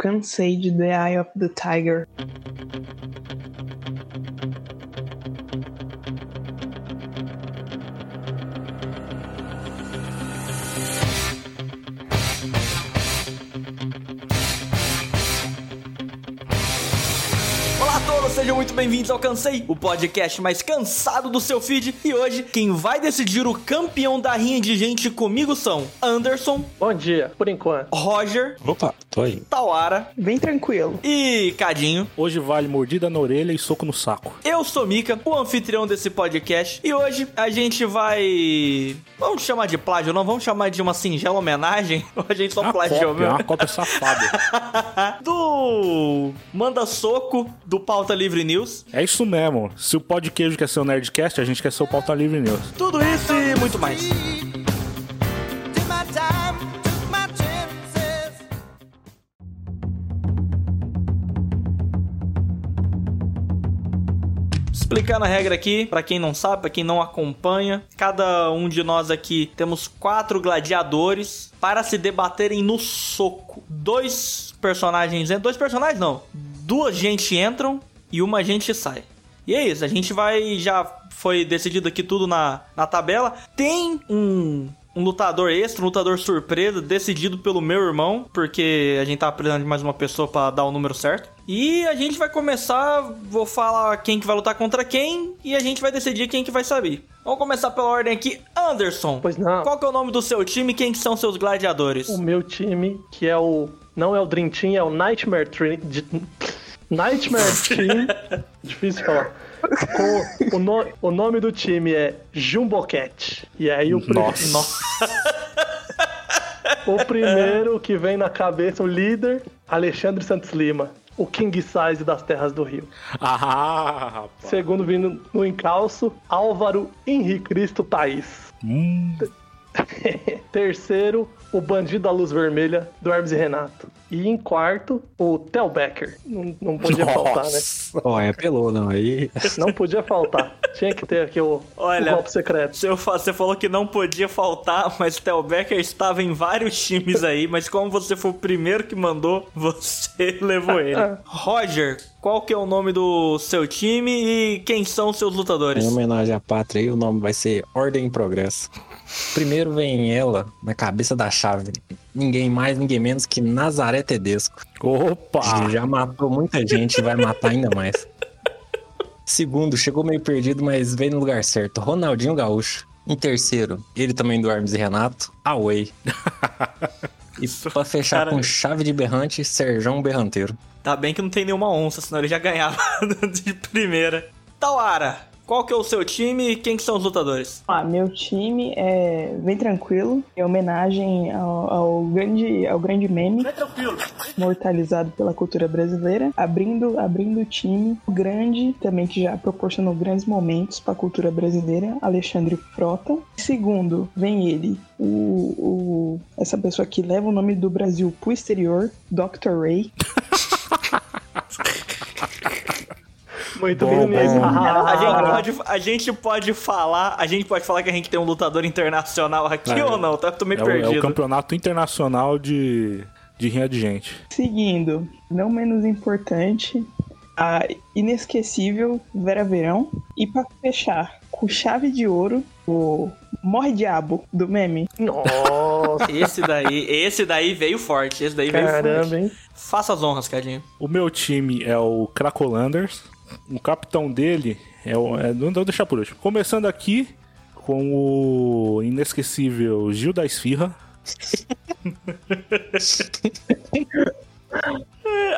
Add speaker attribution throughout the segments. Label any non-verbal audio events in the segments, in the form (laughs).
Speaker 1: cansei de The Eye of the Tiger.
Speaker 2: Olá a todos, sejam muito bem-vindos ao Cansei, o podcast mais cansado do seu feed. E hoje, quem vai decidir o campeão da rinha de gente comigo são Anderson,
Speaker 3: Bom dia, por enquanto.
Speaker 2: Roger,
Speaker 4: Opa, tô aí.
Speaker 2: Tawara
Speaker 1: Vem tranquilo.
Speaker 2: e Cadinho.
Speaker 5: Hoje vale mordida na orelha e soco no saco.
Speaker 2: Eu sou Mika, o anfitrião desse podcast, e hoje a gente vai. Vamos chamar de plágio, não? Vamos chamar de uma singela homenagem? (laughs) Ou a gente só
Speaker 5: É uma
Speaker 2: plagiou
Speaker 5: cópia,
Speaker 2: mesmo?
Speaker 5: uma cópia safada.
Speaker 2: do Manda Soco do Pauta Livre News.
Speaker 5: é isso mesmo. Se o pó de queijo quer ser o Nerdcast, a gente quer ser o Pauta Livre News.
Speaker 2: Tudo isso e muito mais.
Speaker 6: Did my time, took my chances.
Speaker 2: Explicando a regra aqui, pra quem não sabe, pra quem não acompanha, cada um de nós aqui temos quatro gladiadores para se debaterem no soco. Dois personagens, en- dois personagens não, duas gente entram e uma gente sai. E é isso, a gente vai já foi decidido aqui tudo na, na tabela. Tem um um lutador extra, um lutador surpresa, decidido pelo meu irmão, porque a gente tava precisando de mais uma pessoa pra dar o número certo. E a gente vai começar, vou falar quem que vai lutar contra quem e a gente vai decidir quem que vai saber. Vamos começar pela ordem aqui, Anderson.
Speaker 3: Pois não.
Speaker 2: Qual que é o nome do seu time e quem que são seus gladiadores?
Speaker 3: O meu time, que é o. Não é o Dream Team, é o Nightmare Team. Nightmare Team. Difícil falar. Com- o, no- o nome do time é Jumbocat. E aí o, pri-
Speaker 5: Nossa.
Speaker 3: o primeiro que vem na cabeça, o líder, Alexandre Santos Lima. O King Size das Terras do Rio.
Speaker 5: Ah, rapaz.
Speaker 3: Segundo vindo no encalço, Álvaro Henrique Cristo Thaís.
Speaker 5: Hum,
Speaker 3: (laughs) Terceiro, o Bandido da Luz Vermelha, do Hermes e Renato. E em quarto, o Tel Becker. Não, não podia faltar, né?
Speaker 5: nossa.
Speaker 4: Ó, é pelou, não. Aí.
Speaker 3: Não podia faltar. Tinha que ter aqui o,
Speaker 2: Olha.
Speaker 3: o golpe secreto.
Speaker 2: Seu fa- Você falou que não podia faltar, mas Tel Becker estava em vários times aí, mas como você foi o primeiro que mandou, você (laughs) levou ele. Roger, qual que é o nome do seu time e quem são os seus lutadores?
Speaker 4: (laughs) Em homenagem à pátria, aí o nome vai ser Ordem e Progresso. Primeiro vem ela na cabeça da chave. Ninguém mais, ninguém menos que Nazaré Tedesco.
Speaker 5: Opa!
Speaker 4: Já matou muita gente e vai matar ainda mais. Segundo, chegou meio perdido, mas veio no lugar certo. Ronaldinho Gaúcho. Em terceiro, ele também do Hermes e Renato, Away. E pra fechar
Speaker 2: cara-
Speaker 4: com chave de berrante, Serjão Berranteiro.
Speaker 2: Tá bem que não tem nenhuma onça, senão ele já ganhava (laughs) de primeira. Tawara, qual que é o seu time e quem que são os lutadores?
Speaker 1: Ah, meu time é Vem Tranquilo, em homenagem ao, ao grande, ao grande meme mortalizado pela cultura brasileira, abrindo, abrindo o time o grande, também que já proporcionou grandes momentos para a cultura brasileira, Alexandre Frota. Segundo, vem ele, o, o- essa pessoa que leva o nome do Brasil pro exterior, Dr. Ray.
Speaker 3: Muito bem, mesmo.
Speaker 2: A gente,
Speaker 3: Ah,
Speaker 2: pode, a gente pode falar, a gente pode falar que a gente tem um lutador internacional aqui
Speaker 5: É.
Speaker 2: ou não? Tá, tô meio
Speaker 5: É o, é
Speaker 2: perdido.
Speaker 5: o campeonato internacional de, de rinha de gente.
Speaker 1: Seguindo, não menos importante, a inesquecível Vera Verão. E pra fechar, com chave de ouro, o Morre Diabo do meme.
Speaker 2: (laughs)
Speaker 3: Nossa,
Speaker 2: Esse daí, esse daí veio forte, esse daí veio forte.
Speaker 3: caramba, hein?
Speaker 2: Faça as honras, Cadinho.
Speaker 5: O meu time é o Cracolanders. O capitão dele é o. é- não vou deixar por último. Começando aqui com o inesquecível Gil da Esfirra.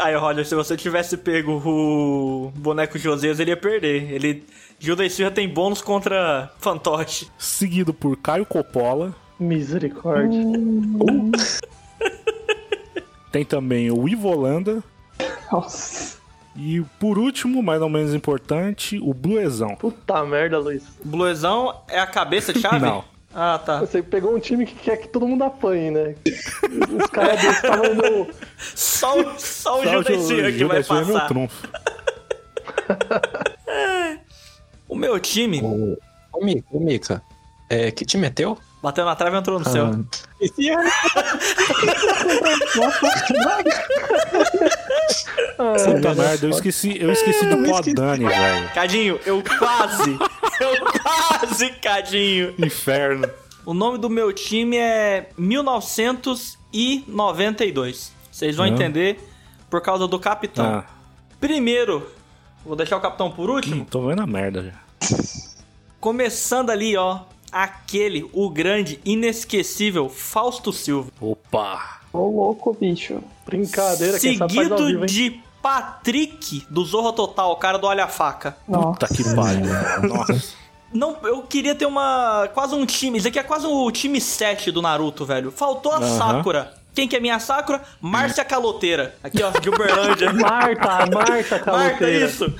Speaker 2: Aí, Roger, se você tivesse pego o boneco Josias, ele ia perder. Ele. Gilda e Silva tem bônus contra fantoche.
Speaker 5: Seguido por Caio Coppola.
Speaker 3: Misericórdia.
Speaker 2: Uh.
Speaker 5: Tem também o Ivolanda.
Speaker 1: Nossa.
Speaker 5: E por último, mas não menos importante, o Bluezão.
Speaker 3: Puta merda, Luiz.
Speaker 2: Bluezão é a cabeça de (laughs) chave?
Speaker 5: Não.
Speaker 2: Ah, tá.
Speaker 3: Você pegou um time que quer que todo mundo apanhe, né? Os
Speaker 2: (laughs)
Speaker 3: caras desse estavam no.
Speaker 2: Só, o- só o
Speaker 5: Só
Speaker 2: Gilda e
Speaker 5: Gil-
Speaker 2: Silva que
Speaker 5: Gil da
Speaker 2: vai
Speaker 5: Esfirra é meu
Speaker 2: passar.
Speaker 5: trunfo.
Speaker 2: O meu time,
Speaker 4: Ô, ô, Mica, ô, Mica. É, que time é teu?
Speaker 2: bateu na trave e Ah.
Speaker 4: é.
Speaker 2: entrou no céu.
Speaker 4: Esse ano.
Speaker 5: Puta merda, eu esqueci, eu esqueci do Podani, velho.
Speaker 2: Cadinho, eu (laughs) quase. eu quase, Cadinho.
Speaker 5: Inferno.
Speaker 2: O nome do meu time é 1992. Vocês vão
Speaker 5: Ah.
Speaker 2: entender por causa do capitão.
Speaker 5: Ah,
Speaker 2: Primeiro, vou deixar o capitão por último.
Speaker 5: tô vendo a merda (laughs) já.
Speaker 2: Começando ali, ó. Aquele, o grande, inesquecível Fausto Silva.
Speaker 5: Opa!
Speaker 1: Ô louco, bicho.
Speaker 3: Brincadeira, quem sabe faz ao
Speaker 2: seguido
Speaker 3: vivo, hein?
Speaker 2: de Patrick do Zorro Total, o cara do Olha a Faca.
Speaker 1: Nossa.
Speaker 5: Tá que pariu. Nossa.
Speaker 2: Não, eu queria ter uma. Quase um time. Isso aqui é quase o time 7 do Naruto, velho. Faltou a
Speaker 5: Aham. Hum.
Speaker 2: Sakura. Quem que é minha Sakura? Márcia Caloteira. Aqui, ó, de
Speaker 5: (laughs)
Speaker 2: Uberlândia.
Speaker 3: Marta, Marta
Speaker 2: Marta,
Speaker 3: Caloteira.
Speaker 2: isso.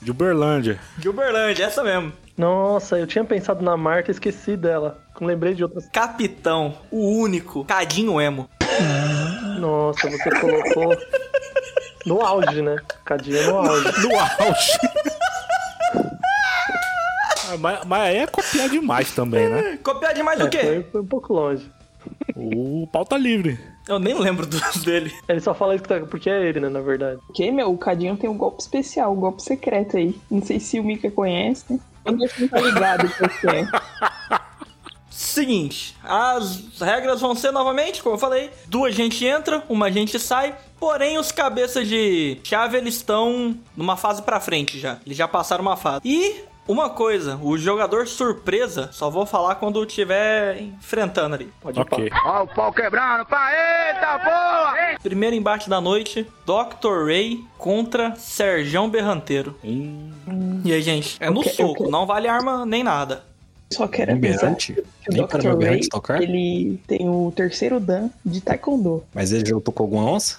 Speaker 5: De Uberlândia.
Speaker 2: De Uberlândia, essa mesmo.
Speaker 3: Nossa, eu tinha pensado na Marta e esqueci dela. Não lembrei de outras.
Speaker 2: Capitão, o único, Cadinho Emo.
Speaker 3: Nossa, você colocou no auge, né? Cadinho no auge.
Speaker 5: No (laughs) auge. Ah, mas, mas aí é copiar demais também, né?
Speaker 2: Copiar demais o
Speaker 3: É,
Speaker 2: quê?
Speaker 3: foi, foi um pouco longe.
Speaker 5: O pauta livre.
Speaker 2: Eu nem lembro (laughs) dos dele.
Speaker 3: Ele só fala isso que tá- porque é ele, né, na verdade.
Speaker 1: Ok, meu, o Cadinho tem um golpe especial, um golpe secreto aí. Não sei se o Mika conhece, né? Eu não sei se tá ligado o que que é.
Speaker 2: Seguinte, as regras vão ser novamente, como eu falei, duas gente entra, uma gente sai, porém os cabeças de chave eles estão numa fase pra frente já, eles já passaram uma fase. E uma coisa, o jogador surpresa, só vou falar quando eu estiver enfrentando ali.
Speaker 3: Pode ir pra-
Speaker 5: Ok.
Speaker 2: Primeiro embate da noite, Dr. Ray contra Serjão Berranteiro.
Speaker 5: Hum,
Speaker 2: E aí, gente, é no
Speaker 1: que- eu
Speaker 2: soco,
Speaker 1: que-
Speaker 2: não vale arma nem nada.
Speaker 1: Só quero avisar
Speaker 4: Berrante.
Speaker 1: que
Speaker 4: Um né? Nem
Speaker 1: o
Speaker 4: para
Speaker 1: Dr.
Speaker 4: meu
Speaker 1: Ray,
Speaker 4: berrante tocar.
Speaker 1: ele tem o terceiro dan de taekwondo.
Speaker 4: Mas ele já lutou com alguma onça?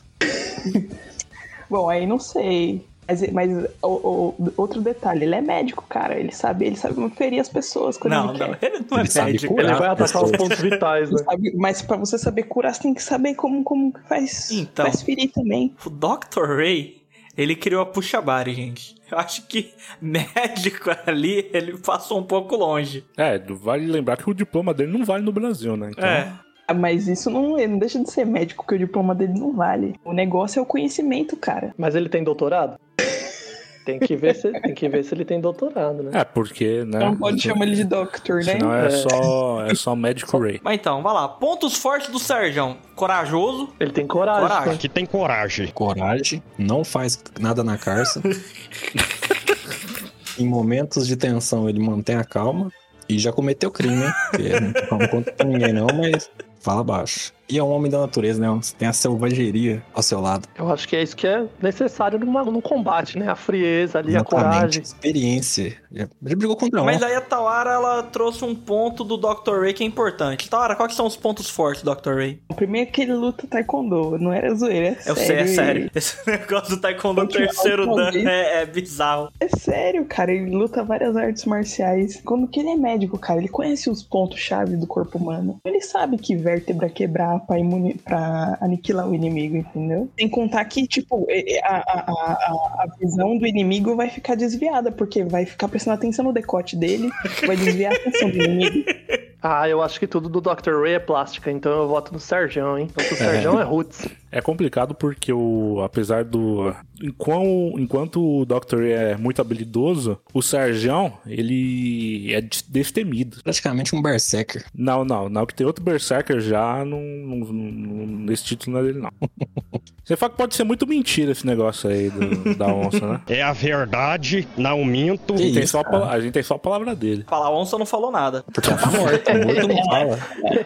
Speaker 1: Bom, aí não sei. Mas, mas o- o- outro detalhe, ele é médico, cara. Ele sabe, ele sabe ferir as pessoas quando
Speaker 2: Não,
Speaker 1: ele
Speaker 2: não, (laughs)
Speaker 1: quer.
Speaker 2: ele não é
Speaker 4: Ele sabe
Speaker 2: médico.
Speaker 4: curar.
Speaker 3: Ele vai atacar os
Speaker 4: Pessoas.
Speaker 3: pontos vitais,
Speaker 1: Ele
Speaker 3: né?
Speaker 1: sabe- mas pra você saber curar, você tem que saber como, como que faz,
Speaker 2: Então.
Speaker 1: faz ferir também.
Speaker 2: O Dr. Ray, ele criou a puxa-bari, gente. Eu acho que (laughs) médico ali, ele passou um pouco longe.
Speaker 5: É, vale lembrar que o diploma dele não vale no Brasil, né? Então,
Speaker 2: É.
Speaker 1: Ah, Mas isso não, ele não deixa de ser médico, que o diploma dele não vale. O negócio é o conhecimento, cara.
Speaker 3: Mas ele tem doutorado? Tem que ver se, tem que ver se ele tem doutorado, né?
Speaker 5: É, porque, né?
Speaker 1: Não Então pode chamar ele de doctor, né?
Speaker 5: Senão é,
Speaker 3: É.
Speaker 5: só, é só Magic Ray.
Speaker 2: Mas então, vai lá. Pontos fortes do Sérgio. Corajoso.
Speaker 3: Ele tem coragem.
Speaker 2: Coragem.
Speaker 3: né?
Speaker 7: Que tem coragem.
Speaker 4: Coragem, não faz nada
Speaker 3: (laughs)
Speaker 4: na cárcel. em momentos de tensão, ele mantém a calma. E já cometeu crime, hein? Porque não tem como conta pra ninguém, não, mas fala baixo. E é um homem da natureza, né? Você tem a selvageria ao seu lado.
Speaker 3: Eu acho que é isso que é necessário numa, num combate, né? A frieza ali, a coragem.
Speaker 4: Experiência. Já já brigou contra
Speaker 2: Mas
Speaker 4: um.
Speaker 2: aí a Tawara, ela trouxe um ponto do Dr. Ray que é importante. Tawara, quais são os pontos fortes do Dr. Ray?
Speaker 1: O primeiro é que ele luta taekwondo, não era zoeira. É
Speaker 2: Eu sei, é sério. (laughs) Esse negócio do Taekwondo
Speaker 1: Continuar
Speaker 2: terceiro
Speaker 1: com
Speaker 2: dan
Speaker 1: isso.
Speaker 2: é, é bizarro.
Speaker 1: É sério, cara. Ele luta várias artes marciais. Quando que ele é médico, cara, ele conhece os pontos-chave do corpo humano. Ele sabe que vértebra quebrar pra, imuni- pra aniquilar o inimigo, entendeu? Sem contar que, tipo, e- e- a, a- a- a- a visão do inimigo vai ficar desviada, porque vai ficar prestando atenção no decote dele, vai desviar a atenção do inimigo.
Speaker 3: Ah, eu acho que tudo do Dr. Ray é plástica, então eu voto no Serjão, hein? Porque o Serjão é roots.
Speaker 5: É complicado porque o. Apesar do. enquan- enquanto o Dr. é muito habilidoso, o Sarjão, ele é des- destemido.
Speaker 4: Praticamente um berserker.
Speaker 5: Não, não, não, que tem outro Berserker já, não, não, não- não- esse título não é dele, não. (laughs) Você fala que pode ser muito mentira esse negócio aí do- da onça,
Speaker 4: (laughs)
Speaker 5: né?
Speaker 7: É a verdade, não minto.
Speaker 5: A gente, tem
Speaker 4: isso,
Speaker 5: só a,
Speaker 4: cara.
Speaker 5: pala- a gente tem só a palavra dele.
Speaker 2: Falar onça não falou nada.
Speaker 4: Porque ela tá morta. Morto não fala.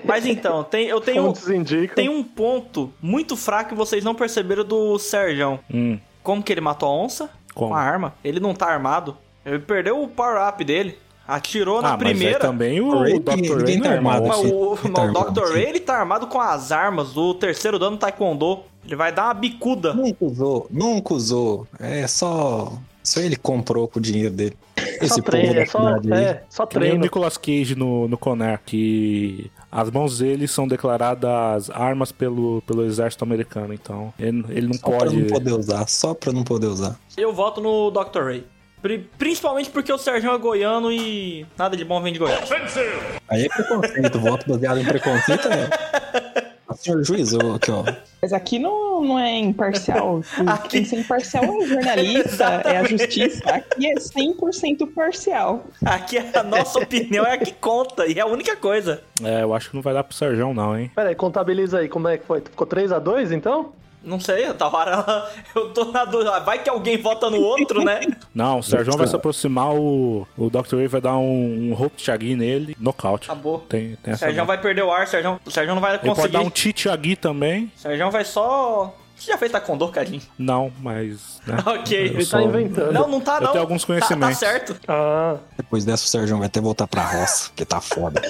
Speaker 2: Mas então, tem, eu tenho,
Speaker 3: Pontos indicam.
Speaker 2: tem um ponto muito fraco que vocês não perceberam do Sérgio.
Speaker 5: Hum,
Speaker 2: Como que ele matou a onça?
Speaker 5: Como?
Speaker 2: Com a arma. Ele não tá armado. Ele perdeu o power-up dele. Atirou na
Speaker 5: ah, mas é
Speaker 2: primeira.
Speaker 5: também o,
Speaker 4: Ray,
Speaker 5: Dr. Ray
Speaker 4: ninguém
Speaker 5: não é
Speaker 4: tá
Speaker 5: uma
Speaker 4: armado.
Speaker 5: onça.
Speaker 2: Mas o,
Speaker 4: Ele tá
Speaker 2: mas o
Speaker 4: armado,
Speaker 2: Dr.
Speaker 4: sim.
Speaker 2: Ray, ele tá armado com as armas do terceiro dano Taekwondo. Ele vai dar uma bicuda.
Speaker 4: Nunca usou, nunca usou. É só. Só ele comprou com o dinheiro dele.
Speaker 3: Só
Speaker 4: Esse povo
Speaker 3: treino,
Speaker 4: da
Speaker 3: é só,
Speaker 4: cidade aí. um
Speaker 3: é, só
Speaker 5: Que nem o
Speaker 3: treino.
Speaker 5: Nicolas Cage no, no Conar, que as mãos dele são declaradas armas pelo, pelo exército americano, então ele, ele não
Speaker 4: Só pra
Speaker 5: pode.
Speaker 4: não poder usar, só pra não poder usar.
Speaker 2: Eu voto no Dr. Ray. Pri- Principalmente porque o Sérgio é goiano e nada de bom vem de Goiás.
Speaker 4: (laughs) Aí é preconceito, voto baseado em preconceito é. senhor juiz, eu, aqui, ó.
Speaker 1: Mas aqui não, não é imparcial.
Speaker 2: Aqui-
Speaker 1: Quem ser imparcial é o jornalista, é a justiça. Aqui é 100% parcial.
Speaker 2: Aqui a nossa opinião é a que conta e é a única coisa.
Speaker 5: É, eu acho que não vai dar pro Sérgio, não, hein?
Speaker 3: Pera aí, contabiliza aí como é que foi. Ficou 3x2 então?
Speaker 2: Não sei, tá hora eu tô na dúvida. Vai que alguém vota no outro, né?
Speaker 5: Não, o Sérgio vai se aproximar, o, o Dr. Wave vai dar um, um Hope Chagui nele, nocaute.
Speaker 2: Acabou.
Speaker 5: Tem, tem
Speaker 2: O
Speaker 5: essa.
Speaker 2: Sérgio
Speaker 5: não.
Speaker 2: vai perder o ar, Sérgio. O Sérgio não vai
Speaker 5: Ele pode
Speaker 2: conseguir.
Speaker 5: dar um Tichagui também.
Speaker 2: O Sérgio vai só. Você já fez Taekwondo, Cadinho?
Speaker 5: Não, mas. né,
Speaker 2: (laughs) Ok.
Speaker 5: eu
Speaker 2: Ele
Speaker 3: Ele tá inventando.
Speaker 2: Não, não tá,
Speaker 5: Eu
Speaker 2: não.
Speaker 5: tenho alguns
Speaker 2: Tá-
Speaker 5: conhecimentos.
Speaker 2: Tá, certo. (laughs)
Speaker 3: Ah,
Speaker 4: Depois dessa, o Sérgio vai até voltar pra roça, porque tá foda.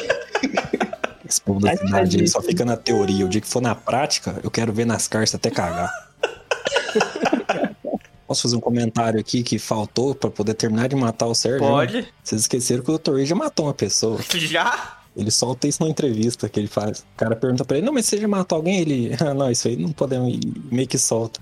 Speaker 4: Esse povo da
Speaker 1: Tá
Speaker 4: cidade ele só
Speaker 1: difícil.
Speaker 4: fica na teoria. O dia que for na prática, eu quero ver nas carças até cagar. Posso fazer um comentário aqui que faltou pra poder terminar de matar o Sérgio? né?
Speaker 2: Pode.
Speaker 4: Vocês esqueceram que o Dr. Reed já matou uma pessoa.
Speaker 2: Já?
Speaker 4: Ele solta isso na entrevista que ele faz. O cara pergunta pra ele, não, mas você já matou alguém? Ele, ah, não, isso aí não podemos. E meio que solta.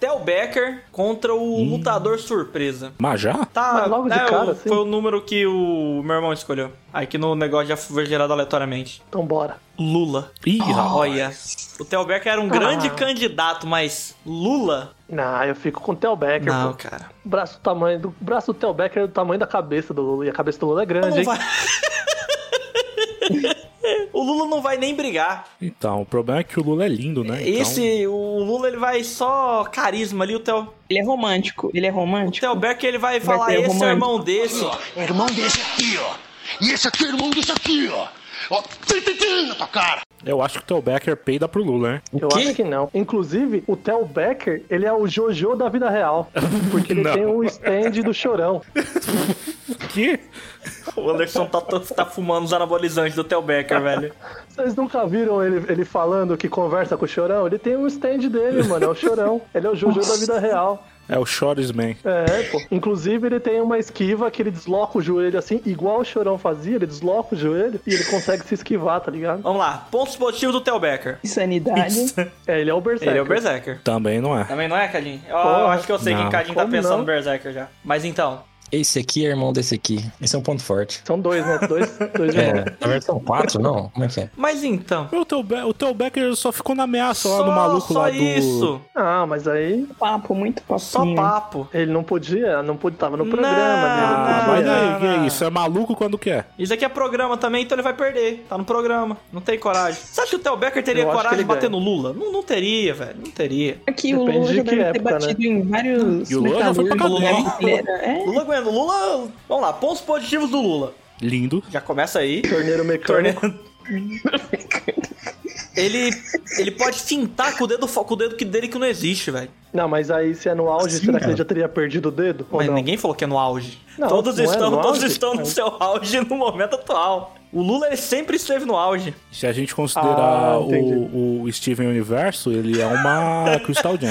Speaker 2: Tel Becker contra o lutador surpresa.
Speaker 5: Mas já?
Speaker 2: Tá,
Speaker 3: Mas logo de
Speaker 2: né,
Speaker 3: cara,
Speaker 2: o-
Speaker 3: assim?
Speaker 2: Foi o número que o meu irmão escolheu. Aí que no negócio já foi gerado aleatoriamente.
Speaker 3: então bora.
Speaker 2: Lula.
Speaker 5: Ih, rapaz.
Speaker 2: Olha. O Tel Becker era um grande candidato, mas Lula?
Speaker 3: Não, eu fico com o Theo Becker.
Speaker 2: Não,
Speaker 3: pô.
Speaker 2: cara.
Speaker 3: O braço, do tamanho do, o braço do Theo Becker é do tamanho da cabeça do Lula. E a cabeça do Lula é
Speaker 2: Não
Speaker 3: grande, hein?
Speaker 2: vai- (laughs) o Lula não vai nem brigar.
Speaker 5: Então, o problema é que o Lula é lindo, né? Então,
Speaker 2: Esse, o Lula, ele vai só carisma ali. O Theo,
Speaker 1: Ele é romântico. Ele é
Speaker 2: o
Speaker 1: romântico.
Speaker 2: Theo Becker, ele vai
Speaker 1: Vai
Speaker 2: falar,
Speaker 1: ter
Speaker 2: esse é o
Speaker 1: romance."
Speaker 2: irmão desse.
Speaker 8: Irmão desse aqui, ó. E esse aqui é irmão desse aqui, ó. Ó, tim, tim, tim na tua cara.
Speaker 5: Eu acho que o Theo Becker peida pro Lula, né?
Speaker 3: Eu acho que não. Inclusive, o Theo Becker, ele é o Jojo da
Speaker 2: (laughs)
Speaker 3: vida real. Porque ele
Speaker 5: Não.
Speaker 3: tem um stand do chorão.
Speaker 5: Que?
Speaker 2: O Anderson tá, tá fumando os anabolizantes do Theo Becker, velho.
Speaker 3: Vocês nunca viram ele, ele falando que conversa com o chorão? Ele tem um stand dele, mano. É
Speaker 2: (laughs)
Speaker 3: o chorão. Ele é o Jojo da vida real.
Speaker 5: É o Chores Man.
Speaker 3: É, pô. Inclusive, ele tem uma esquiva que ele desloca o joelho assim, igual o chorão fazia. Ele desloca o joelho e ele consegue se esquivar, tá ligado?
Speaker 2: Vamos lá, pontos positivos do Theo Becker.
Speaker 1: Insanidade.
Speaker 3: É, ele é o Berserker.
Speaker 2: Ele é o Berserker.
Speaker 5: Também não é.
Speaker 2: Também não é, Cadinho? Eu,
Speaker 3: Porra.
Speaker 2: eu acho que eu sei
Speaker 5: Não.
Speaker 2: que Cadinho tá
Speaker 3: Como
Speaker 2: pensando
Speaker 3: não?
Speaker 2: no Berserker já. Mas então,
Speaker 4: Esse aqui é irmão desse aqui. Esse é um ponto forte.
Speaker 3: São dois, né? Dois, dois
Speaker 4: (laughs) É,
Speaker 3: irmãos.
Speaker 4: na verdade são quatro, não? Como é que é?
Speaker 2: mas então.
Speaker 5: O Theo, Be- o Theo Becker só ficou na ameaça lá
Speaker 2: só,
Speaker 5: do maluco
Speaker 2: só
Speaker 5: lá do.
Speaker 2: isso.
Speaker 3: Ah, mas aí
Speaker 1: um papo, muito papinho.
Speaker 2: Só papo.
Speaker 3: ele não podia, não podia, tava no programa.
Speaker 2: Não,
Speaker 5: Ah,
Speaker 3: né?
Speaker 5: mas
Speaker 3: Ele não podia.
Speaker 5: daí, que é isso? É maluco quando quer.
Speaker 2: Isso aqui é programa também, então ele vai perder. Tá no programa. Não tem coragem. Você acha que o Theo Becker teria
Speaker 3: Eu acho que
Speaker 2: coragem de
Speaker 3: ele
Speaker 2: bater no
Speaker 3: ganha.
Speaker 2: Lula? Não, não teria, velho. Não teria.
Speaker 1: Aqui o
Speaker 3: Depende
Speaker 1: Lula
Speaker 3: de
Speaker 1: já
Speaker 3: que
Speaker 1: deve ter
Speaker 3: época, né?
Speaker 1: batido em vários
Speaker 5: E o Lula já foi pra
Speaker 1: metalúrgicos,
Speaker 5: cadeia.
Speaker 1: né, brasileira. É,
Speaker 2: Lula ganhando. Lula. Vamos lá, pontos positivos do Lula.
Speaker 5: Lindo.
Speaker 2: Já começa aí.
Speaker 3: Torneiro mecânico.
Speaker 2: Torneio. ele, ele pode fintar com o dedo, fo- com o dedo que dele que não existe, velho.
Speaker 3: Não, mas aí se é no auge, será que ele já teria perdido o dedo? ou
Speaker 2: Mas
Speaker 3: não?
Speaker 2: ninguém falou que é no auge.
Speaker 3: Não,
Speaker 2: todos
Speaker 3: não é
Speaker 2: estão,
Speaker 3: no
Speaker 2: todos
Speaker 3: auge?
Speaker 2: estão no seu auge no momento atual. O Lula ele sempre esteve no auge.
Speaker 5: Se a gente considerar
Speaker 3: Ah, entendi.
Speaker 5: o, o Steven Universo, ele
Speaker 2: (laughs)
Speaker 5: é uma Crystal Jam.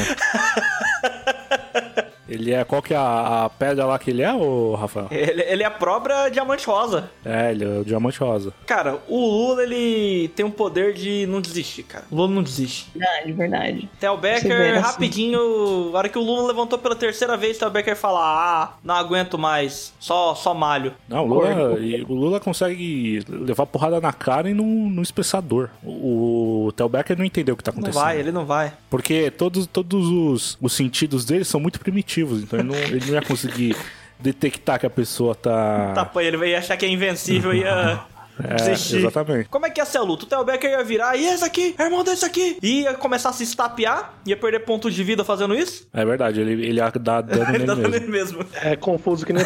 Speaker 5: Ele é. Qual que é a, a pedra lá que ele é, ô Rafael?
Speaker 2: Ele, ele é a própria diamante rosa.
Speaker 5: É, ele é o Diamante Rosa.
Speaker 2: Cara, o Lula ele tem um poder de não desistir, cara. O Lula não desiste.
Speaker 1: verdade, verdade.
Speaker 2: Theo
Speaker 1: vê
Speaker 2: Becker,
Speaker 1: assim.
Speaker 2: rapidinho, na hora que o Lula levantou pela terceira vez, Theo Becker fala: Ah, não aguento mais, só, só malho.
Speaker 5: Não, o Lula, e o Lula consegue levar porrada na cara e num, num espessador. O, o Theo Becker não entendeu o que tá
Speaker 2: Não
Speaker 5: acontecendo.
Speaker 2: vai, ele não vai.
Speaker 5: Porque todos, todos os, os sentidos dele são muito primitivos, então ele não, ele não
Speaker 2: (laughs)
Speaker 5: ia conseguir detectar que a pessoa tá.
Speaker 2: Tá, pô, ele vai achar que é invencível e ia.
Speaker 5: (laughs) é,
Speaker 2: desistir.
Speaker 5: exatamente.
Speaker 2: Como é que ia ser a luta? O Theo Becker ia virar, e esse aqui, é irmão desse aqui, e ia começar a se estapear, ia perder ponto de vida fazendo isso?
Speaker 5: É verdade, ele, ele ia dar
Speaker 2: (laughs)
Speaker 5: dano
Speaker 2: Ele tá
Speaker 5: nele
Speaker 2: dando
Speaker 5: mesmo.
Speaker 2: ele mesmo.
Speaker 3: É confuso que nem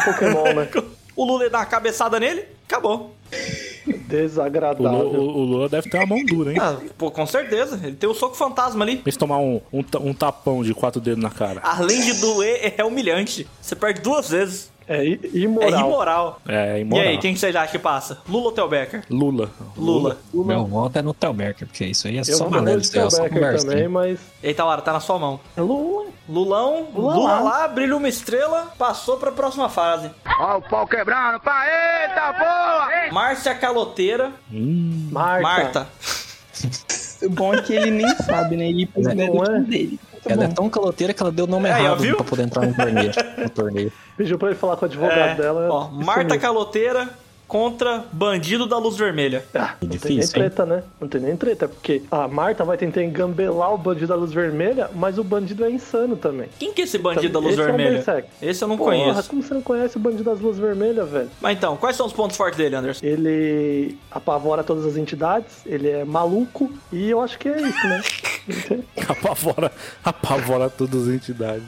Speaker 2: (laughs)
Speaker 3: Pokémon, né?
Speaker 2: O Lula ia dar uma cabeçada nele, acabou.
Speaker 5: O, Lu-
Speaker 3: Desagradável.
Speaker 5: o- o Lula deve ter uma mão dura, hein?
Speaker 2: Ah, pô, com certeza, ele tem o soco fantasma ali.
Speaker 5: Pensa em tomar um, um, ta- um tapão de quatro dedos na cara.
Speaker 2: Além de doer, é humilhante. Você perde duas vezes.
Speaker 3: É i-
Speaker 2: É
Speaker 3: imoral.
Speaker 2: imoral.
Speaker 5: É, imoral.
Speaker 2: E aí, quem que vocês acham que passa? Lula ou Theo Becker?
Speaker 5: Lula.
Speaker 2: Lula.
Speaker 4: Meu voto é no Telberker, porque isso aí é
Speaker 3: Eu
Speaker 4: só
Speaker 3: vou no
Speaker 4: maneiro,
Speaker 3: de
Speaker 4: isso aí é
Speaker 3: Theo
Speaker 4: só
Speaker 3: Becker
Speaker 4: conversa.
Speaker 3: também, mas
Speaker 2: Eita, Laura, tá na sua mão.
Speaker 1: É Lula.
Speaker 2: Lulão, Lula,
Speaker 1: Lula
Speaker 2: lá.
Speaker 1: lá.
Speaker 2: brilha uma estrela, passou pra próxima fase.
Speaker 8: Ó, o pau quebrando, pá, eita boa!
Speaker 2: Márcia Caloteira,
Speaker 3: Marta.
Speaker 2: Marta.
Speaker 1: O bom é que ele nem sabe, né? Ele precisa
Speaker 3: Não
Speaker 1: do
Speaker 3: é?
Speaker 1: time dele. Muito
Speaker 4: Ela é
Speaker 1: bom.
Speaker 4: tão caloteira que ela deu o nome
Speaker 2: Aí, ó,
Speaker 4: errado
Speaker 2: É, viu?
Speaker 3: (laughs)
Speaker 4: pra poder entrar no torneio. No torneio.
Speaker 3: Pediu pra ele falar com o advogado
Speaker 2: É,
Speaker 3: dela.
Speaker 2: ó,
Speaker 3: sumiu.
Speaker 2: Marta Caloteira, contra Bandido da Luz Vermelha.
Speaker 3: Ah, não tem nem
Speaker 4: difícil, hein?
Speaker 3: treta, né? Não tem nem treta, porque a Marta vai tentar engambelar o bandido da luz vermelha, mas o bandido é insano também.
Speaker 2: Quem que é esse Bandido da Luz
Speaker 3: Esse é o
Speaker 2: Vermelha?
Speaker 3: Berserk.
Speaker 2: esse eu não
Speaker 3: Porra,
Speaker 2: conheço.
Speaker 3: como você não conhece o bandido das luzes vermelhas, velho?
Speaker 2: Mas então, quais são os pontos fortes dele, Anderson?
Speaker 3: Ele apavora todas as entidades, ele é maluco, e eu acho que é
Speaker 2: (laughs)
Speaker 3: isso, né?
Speaker 5: Apavora, (laughs) apavora todas as entidades.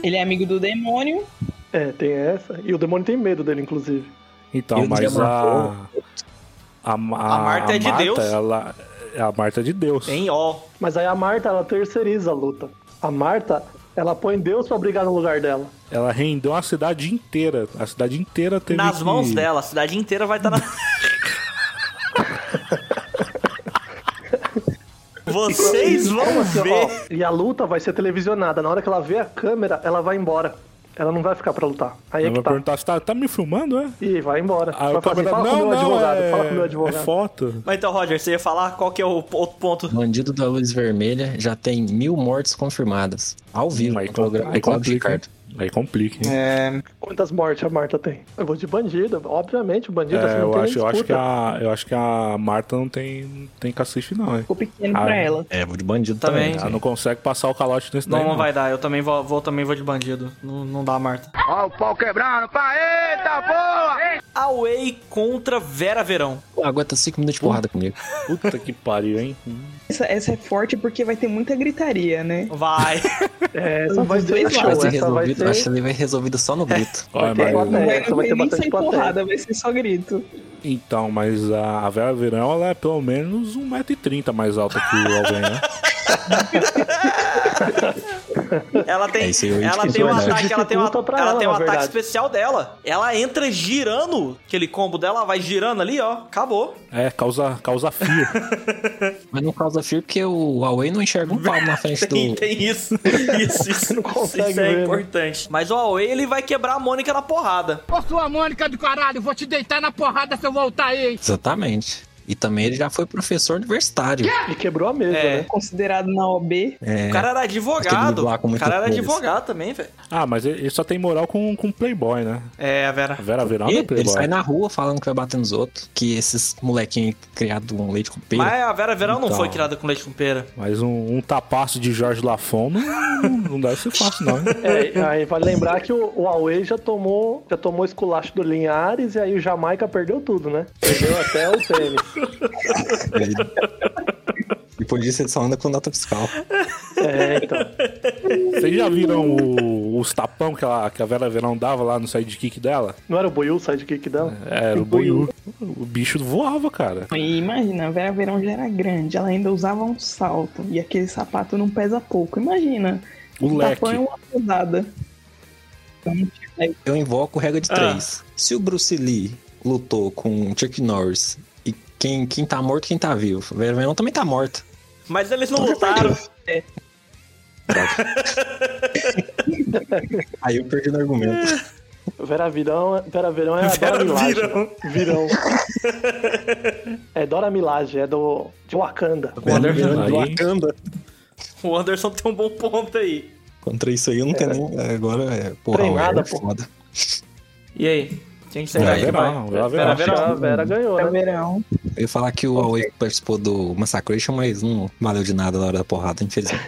Speaker 1: Ele é amigo do demônio.
Speaker 3: É, tem essa. E o demônio tem medo dele, inclusive.
Speaker 5: Então,
Speaker 4: Ele
Speaker 5: mas a,
Speaker 4: desabafou.
Speaker 5: a. A
Speaker 2: Marta é de Deus.
Speaker 5: Ela, a Marta é de Deus.
Speaker 2: Em ó.
Speaker 3: Mas aí a Marta, ela terceiriza a luta. A Marta, ela põe Deus pra brigar no lugar dela.
Speaker 5: Ela rendeu a cidade inteira. A cidade inteira teve.
Speaker 2: Nas
Speaker 5: que-
Speaker 2: mãos dela, a cidade inteira vai estar (laughs) na. Vocês vão
Speaker 3: Assim, ó,
Speaker 2: ver.
Speaker 3: e a luta vai ser televisionada. Na hora que ela vê a câmera, ela vai embora. Ela não vai ficar pra lutar.
Speaker 5: Ela
Speaker 3: Aí é
Speaker 5: vai
Speaker 3: que tá.
Speaker 5: perguntar: você tá, tá me filmando, é?
Speaker 3: E vai embora.
Speaker 5: Aí
Speaker 3: vai
Speaker 5: o
Speaker 3: falar assim,
Speaker 5: câmera.
Speaker 3: fala com o
Speaker 5: Não,
Speaker 3: meu
Speaker 5: não,
Speaker 3: advogado,
Speaker 5: é,
Speaker 3: fala com o meu
Speaker 5: é
Speaker 3: advogado.
Speaker 5: foto.
Speaker 2: Mas então, Roger, você ia falar qual que é o outro ponto?
Speaker 4: Bandido da Luz Vermelha já tem mil mortes confirmadas. Ao vivo,
Speaker 3: Hum,
Speaker 5: Aí,
Speaker 4: no
Speaker 5: com-
Speaker 3: então
Speaker 4: programa
Speaker 3: tá,
Speaker 5: aí
Speaker 4: do Cláudio
Speaker 5: complica. hein?
Speaker 4: Ricardo.
Speaker 5: Aí complica, hein?
Speaker 3: É, Quantas mortes a Marta tem? Eu vou de bandido, obviamente, o bandido assim,
Speaker 5: É,
Speaker 3: não
Speaker 5: eu,
Speaker 3: tem nem
Speaker 5: acho, eu, acho que
Speaker 3: disputa.
Speaker 5: a, eu acho que a Marta não tem, não tem cacife, não, hein?
Speaker 1: Ficou pequeno
Speaker 5: Ah,
Speaker 1: pra ela.
Speaker 4: É, vou de bandido
Speaker 2: Também.
Speaker 4: também.
Speaker 5: Ela não consegue passar o calote nesse
Speaker 2: Não,
Speaker 5: daí,
Speaker 2: não vai dar. Eu também vou, vou- também vou de bandido. Não, não dá, Marta.
Speaker 8: Ó, o pau quebrando, pá, eita porra!
Speaker 2: Away contra Vera Verão.
Speaker 4: Pô, Ah, aguenta cinco minutos de porrada comigo.
Speaker 5: Puta que pariu,
Speaker 3: (laughs)
Speaker 5: hein?
Speaker 1: Essa, essa é forte porque vai ter muita gritaria, né?
Speaker 4: (laughs)
Speaker 2: Vai.
Speaker 3: É, essa vai
Speaker 1: Os
Speaker 3: ser
Speaker 1: dois
Speaker 3: show,
Speaker 4: Vai ser
Speaker 3: essa vai
Speaker 4: resolvido, acho que
Speaker 3: ser...
Speaker 4: ele vai resolvido só no grito.
Speaker 5: Olha, mas-
Speaker 3: ter É,
Speaker 1: Não vai,
Speaker 3: essa
Speaker 1: não
Speaker 3: vai
Speaker 1: vai
Speaker 3: ter
Speaker 1: nem
Speaker 3: bastante
Speaker 1: sair
Speaker 3: plateia.
Speaker 1: porrada, vai ser só grito.
Speaker 5: Então, mas a a Vera Verão ela é pelo menos 1,30m mais alta que o Alvin,
Speaker 3: (laughs)
Speaker 5: né?
Speaker 2: Ela tem,
Speaker 4: É, isso aí eu
Speaker 2: ela
Speaker 4: esqueci,
Speaker 2: tem um
Speaker 4: verdade.
Speaker 2: ataque, ela tem, uma,
Speaker 3: Dificulta pra
Speaker 2: ela
Speaker 3: ela,
Speaker 2: tem um
Speaker 3: na
Speaker 2: ataque
Speaker 3: verdade.
Speaker 2: especial dela. Ela entra girando aquele combo dela, ela vai girando ali, ó. Acabou.
Speaker 5: É, causa, causa fear.
Speaker 4: Mas não causa fear porque o Huawei não enxerga um palmo na
Speaker 2: (laughs)
Speaker 4: frente
Speaker 2: Tem,
Speaker 4: do.
Speaker 2: tem
Speaker 3: (laughs)
Speaker 2: isso. Isso, isso,
Speaker 3: Não consegue
Speaker 2: isso é
Speaker 3: ver, né?
Speaker 2: importante. Mas o Away, ele vai quebrar a Mônica na porrada.
Speaker 9: Ô sua Mônica do caralho, vou te deitar na porrada se eu voltar aí, hein?
Speaker 4: Exatamente. E também ele já foi professor universitário.
Speaker 3: E quebrou a mesa,
Speaker 2: É.
Speaker 3: né?
Speaker 1: Considerado na OB,
Speaker 4: É,
Speaker 2: O cara era
Speaker 4: Aquele
Speaker 2: advogado.
Speaker 4: lá com
Speaker 2: O cara era
Speaker 4: muitas cores.
Speaker 2: advogado também, velho.
Speaker 5: ah, mas ele ele só tem moral com, com Playboy, né?
Speaker 2: É, Vera.
Speaker 5: A Vera Verão
Speaker 4: e
Speaker 5: não é
Speaker 4: ele, sai
Speaker 5: Playboy.
Speaker 4: na rua falando que vai bater nos outros. Que esses molequinhos criados um leite com pera.
Speaker 2: Mas a Vera Verão não
Speaker 5: Então.
Speaker 2: foi criada com leite com pera.
Speaker 5: Mas um, um tapaço de Jorge Lafon não, não- não deve ser fácil, não. hein?
Speaker 3: É, aí vale lembrar que o, o Huawei já tomou, já tomou esculacho do Linhares e aí o Jamaica perdeu tudo, né? Perdeu até o tênis.
Speaker 4: Ele... Depois disso ele só anda com nota fiscal.
Speaker 3: É, então.
Speaker 5: Vocês já viram o- os tapão que, ela, que a Vera Verão dava lá no sidekick dela?
Speaker 3: Não era o Buiu o sidekick dela?
Speaker 5: Era o boiú. O bicho voava, cara.
Speaker 1: E imagina, a Vera Verão já era grande, ela ainda usava um salto. E aquele sapato não pesa pouco. Imagina.
Speaker 5: O
Speaker 1: um
Speaker 5: leque.
Speaker 1: tapão é uma pesada. Então, é,
Speaker 4: Eu invoco regra de três. Se o Bruce Lee lutou com o Chuck Norris e quem, quem tá morto, quem tá vivo. O Vera Verão também tá morto.
Speaker 2: Mas eles não
Speaker 3: tá
Speaker 2: lutaram.
Speaker 4: Aí eu perdi no argumento.
Speaker 3: Vera Virão, Vera Verão é a
Speaker 2: Vera
Speaker 3: Dora Milagre.
Speaker 2: Virão.
Speaker 3: Virão. É Dora Milagre, é do de Wakanda.
Speaker 4: O Vera Verão de
Speaker 5: Aí-
Speaker 4: Wakanda.
Speaker 2: O Anderson tem um bom ponto aí.
Speaker 4: Contra isso aí eu não tenho nem. Agora é. Porra,
Speaker 3: Treinada,
Speaker 4: é
Speaker 3: pô.
Speaker 4: foda.
Speaker 2: E aí? Quem que você
Speaker 3: É,
Speaker 4: Vera
Speaker 2: vai?
Speaker 5: Verão, Vera
Speaker 2: Vera
Speaker 5: Verão.
Speaker 2: Verão.
Speaker 3: A Vera ganhou,
Speaker 1: Vera
Speaker 3: né?
Speaker 1: Tá Verão.
Speaker 4: Eu ia falar que o Huawei participou do Massacration, mas não valeu de nada na hora da porrada, infelizmente.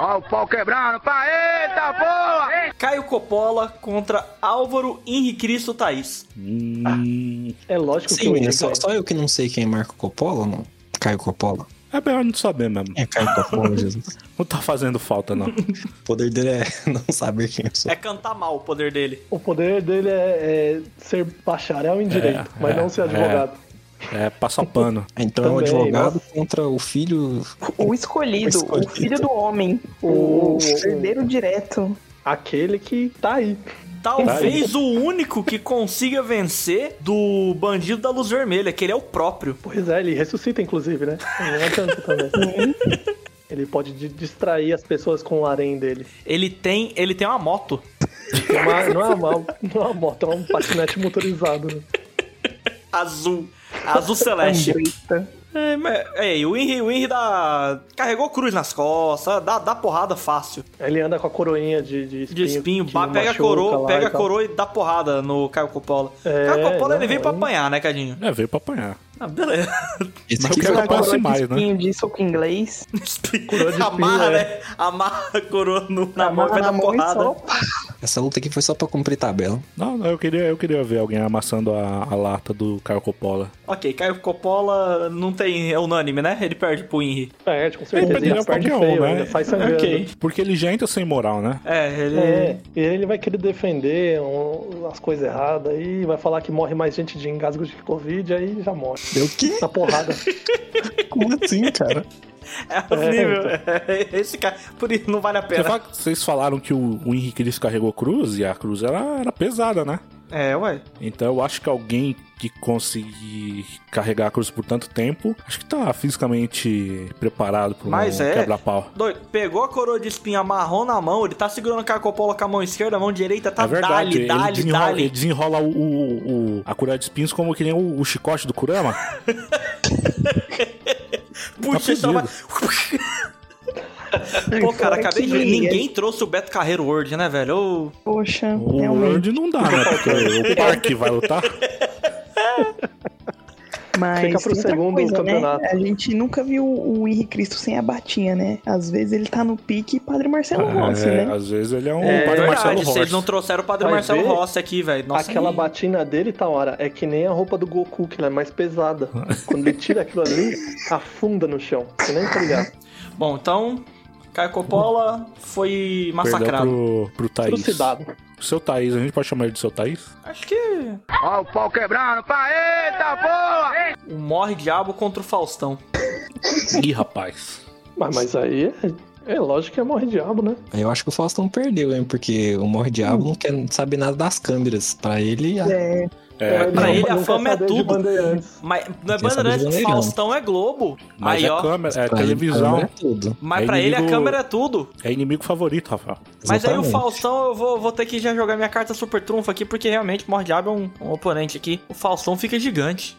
Speaker 8: Ó, o pau quebrando, pá, eita porra!
Speaker 2: Caio Coppola contra Álvaro Henrique Cristo Thaís.
Speaker 5: Hum,
Speaker 3: É lógico que
Speaker 4: Sim,
Speaker 3: o
Speaker 4: menino,
Speaker 3: Henrique
Speaker 4: só, só eu que não sei quem é Marco Coppola, não. Caio Coppola.
Speaker 5: é melhor não saber mesmo.
Speaker 4: É Caio (laughs) Coppola, Jesus.
Speaker 5: Não tá fazendo falta, não.
Speaker 4: O poder dele é (laughs) não saber quem eu sou.
Speaker 2: É cantar mal o poder dele.
Speaker 3: O poder dele é, é ser bacharel em direito, mas
Speaker 5: é,
Speaker 3: não ser advogado.
Speaker 5: É passar pano.
Speaker 4: Então é um
Speaker 3: Também,
Speaker 4: advogado
Speaker 3: nossa.
Speaker 4: contra o filho.
Speaker 1: O escolhido, o,
Speaker 4: escolhido.
Speaker 1: filho do homem. O,
Speaker 3: O-
Speaker 1: herdeiro direto.
Speaker 3: Aquele que tá aí.
Speaker 2: Talvez o único que consiga vencer do bandido da luz vermelha, que ele é o próprio.
Speaker 3: Pois é, ele ressuscita, inclusive, né? Não adianta
Speaker 2: (laughs)
Speaker 3: também. Ele pode di- distrair as pessoas com o harém dele.
Speaker 2: Ele tem, ele tem uma moto.
Speaker 3: É uma- não, é uma, não é uma moto, é um patinete motorizado. né?
Speaker 2: (laughs) Azul. Azul celeste.
Speaker 1: Ambrita.
Speaker 2: É, mas- é, e o Henry, o Henry dá, carregou cruz nas costas, dá, dá porrada fácil.
Speaker 3: Ele anda com a coroinha de, de espinho.
Speaker 2: De espinho,
Speaker 3: que
Speaker 2: ba- pega a
Speaker 3: machuca
Speaker 2: coroa,
Speaker 3: lá
Speaker 2: pega
Speaker 3: e
Speaker 2: a
Speaker 3: tal.
Speaker 2: coroa e dá porrada no Caio Coppola.
Speaker 3: É,
Speaker 2: Caio Coppola, ele
Speaker 3: não,
Speaker 2: veio pra
Speaker 3: aí-
Speaker 2: apanhar, né, Cadinho?
Speaker 5: É, veio pra apanhar.
Speaker 2: Ah, beleza. (laughs)
Speaker 4: Esse
Speaker 5: Mas
Speaker 4: aqui
Speaker 5: o cara
Speaker 4: foi pra-
Speaker 5: aparece
Speaker 1: Coroa de
Speaker 5: mais, né?
Speaker 1: espinho de soco inglês.
Speaker 2: Espinho.
Speaker 3: Coroa de espinho,
Speaker 2: Amarra,
Speaker 3: é.
Speaker 2: né? Amarra a coroa no- na mão e vai
Speaker 1: na
Speaker 2: dar
Speaker 1: mão e
Speaker 2: porrada.
Speaker 1: sopa.
Speaker 4: Essa luta aqui foi só pra cumprir tabela.
Speaker 5: Não, não, eu queria, eu queria ver alguém amassando a, a lata do Caio Coppola.
Speaker 2: Ok, Caio Coppola não tem. É unânime, né? Ele perde pro Henry.
Speaker 3: É, com certeza.
Speaker 5: Ele
Speaker 3: Ele,
Speaker 5: poderia
Speaker 3: perde
Speaker 5: qualquer um,
Speaker 3: feio,
Speaker 5: né?
Speaker 3: ainda sai sangrando.
Speaker 2: Ok.
Speaker 5: Porque ele já entra sem moral, né?
Speaker 2: É, ele.
Speaker 3: É, e ele vai querer defender um- as coisas erradas aí, vai falar que morre mais gente de engasgo de Covid, aí já morre.
Speaker 4: Eu
Speaker 3: (laughs)
Speaker 4: que?
Speaker 3: Na porrada.
Speaker 4: Como assim, cara?
Speaker 2: (laughs) É horrível. Esse cara. Por isso não vale a
Speaker 5: Você
Speaker 2: pena.
Speaker 5: fala que vocês falaram que o, o Henrique descarregou cruz e a cruz ela era pesada, né?
Speaker 2: É, ué.
Speaker 5: Então eu acho que alguém que conseguir carregar a cruz por tanto tempo, acho que tá fisicamente preparado pra um
Speaker 2: Mas é.
Speaker 5: quebra-pau.
Speaker 2: Doido. Pegou a coroa de espinha marrom na mão, ele tá segurando o Caio Coppola com a mão esquerda, a mão direita tá
Speaker 5: é verdade,
Speaker 2: dali,
Speaker 5: ele,
Speaker 2: dali,
Speaker 5: desenrola,
Speaker 2: dali.
Speaker 5: ele desenrola o, o- o- a cura de espinhos como que nem o, o chicote do Kurama.
Speaker 2: Puxa, é
Speaker 5: Tá
Speaker 2: só vai. Pô,
Speaker 3: é
Speaker 2: cara, acabei de.
Speaker 1: Que-
Speaker 2: Ninguém trouxe o Beto Carreiro World, né, velho?
Speaker 5: É
Speaker 2: Ô,
Speaker 1: Poxa,
Speaker 5: o
Speaker 1: realmente.
Speaker 5: World não dá, né?
Speaker 1: (laughs)
Speaker 5: Porque
Speaker 1: É.
Speaker 5: o Parque vai lutar.
Speaker 1: Mas
Speaker 3: Fica pro
Speaker 1: tem outra
Speaker 3: segundo
Speaker 1: coisa, né?
Speaker 3: campeonato.
Speaker 1: A gente nunca viu o Henrique Cristo sem a batinha, né? Às vezes ele tá no pique Padre Marcelo
Speaker 3: Ah,
Speaker 1: Rossi,
Speaker 5: É,
Speaker 1: né?
Speaker 5: Às vezes ele é um
Speaker 2: é
Speaker 5: Padre Marcelo
Speaker 2: verdade, vocês
Speaker 5: Rossi.
Speaker 2: não trouxeram o Padre
Speaker 3: Vai
Speaker 2: Marcelo
Speaker 3: ver?
Speaker 2: Rossi aqui, velho. (laughs) Nossa,
Speaker 3: Aquela
Speaker 2: e-
Speaker 3: batina dele, Taora, é que nem a roupa do Goku, que ela é
Speaker 2: (laughs)
Speaker 3: mais pesada. Quando ele tira aquilo ali, afunda no chão. Você nem tá ligado.
Speaker 2: É Bom, então, Caio Coppola foi
Speaker 5: Perdão
Speaker 2: massacrado.
Speaker 5: pro, pro Thaís.
Speaker 3: Trucidado.
Speaker 5: Seu Thaís, a gente pode chamar ele de seu Thaís?
Speaker 2: Acho que
Speaker 8: Ó o pau quebrando, pá, eita porra!
Speaker 2: o Morre Diabo contra o Faustão.
Speaker 5: Ih, rapaz.
Speaker 3: Mas, mas aí é, é lógico que é morre diabo, né?
Speaker 4: Eu acho que o Faustão perdeu, hein? Porque o Morre Diabo não quer saber nada das câmeras. Pra ele, a-
Speaker 1: É,
Speaker 5: É,
Speaker 2: Pra ele a
Speaker 3: nunca
Speaker 2: fama é
Speaker 3: saber de
Speaker 2: tudo.
Speaker 3: Bandeirantes.
Speaker 2: Mas não é
Speaker 4: Quem sabe
Speaker 2: Bandeirantes,
Speaker 4: de Bandeirão.
Speaker 2: Faustão é Globo.
Speaker 5: mas
Speaker 2: Aí,
Speaker 5: é
Speaker 2: ó.
Speaker 5: câmera, é
Speaker 4: pra ele,
Speaker 5: televisão.
Speaker 4: câmera é tudo.
Speaker 2: Mas
Speaker 5: é
Speaker 2: pra ele a
Speaker 5: inimigo-
Speaker 2: câmera é tudo.
Speaker 5: É inimigo favorito, Rafael.
Speaker 2: Mas aí o
Speaker 4: Exatamente.
Speaker 2: Faustão, eu vou, vou ter que já jogar minha carta super trunfo aqui, porque realmente o Morre Diabo é um, um oponente aqui. O Faustão fica gigante.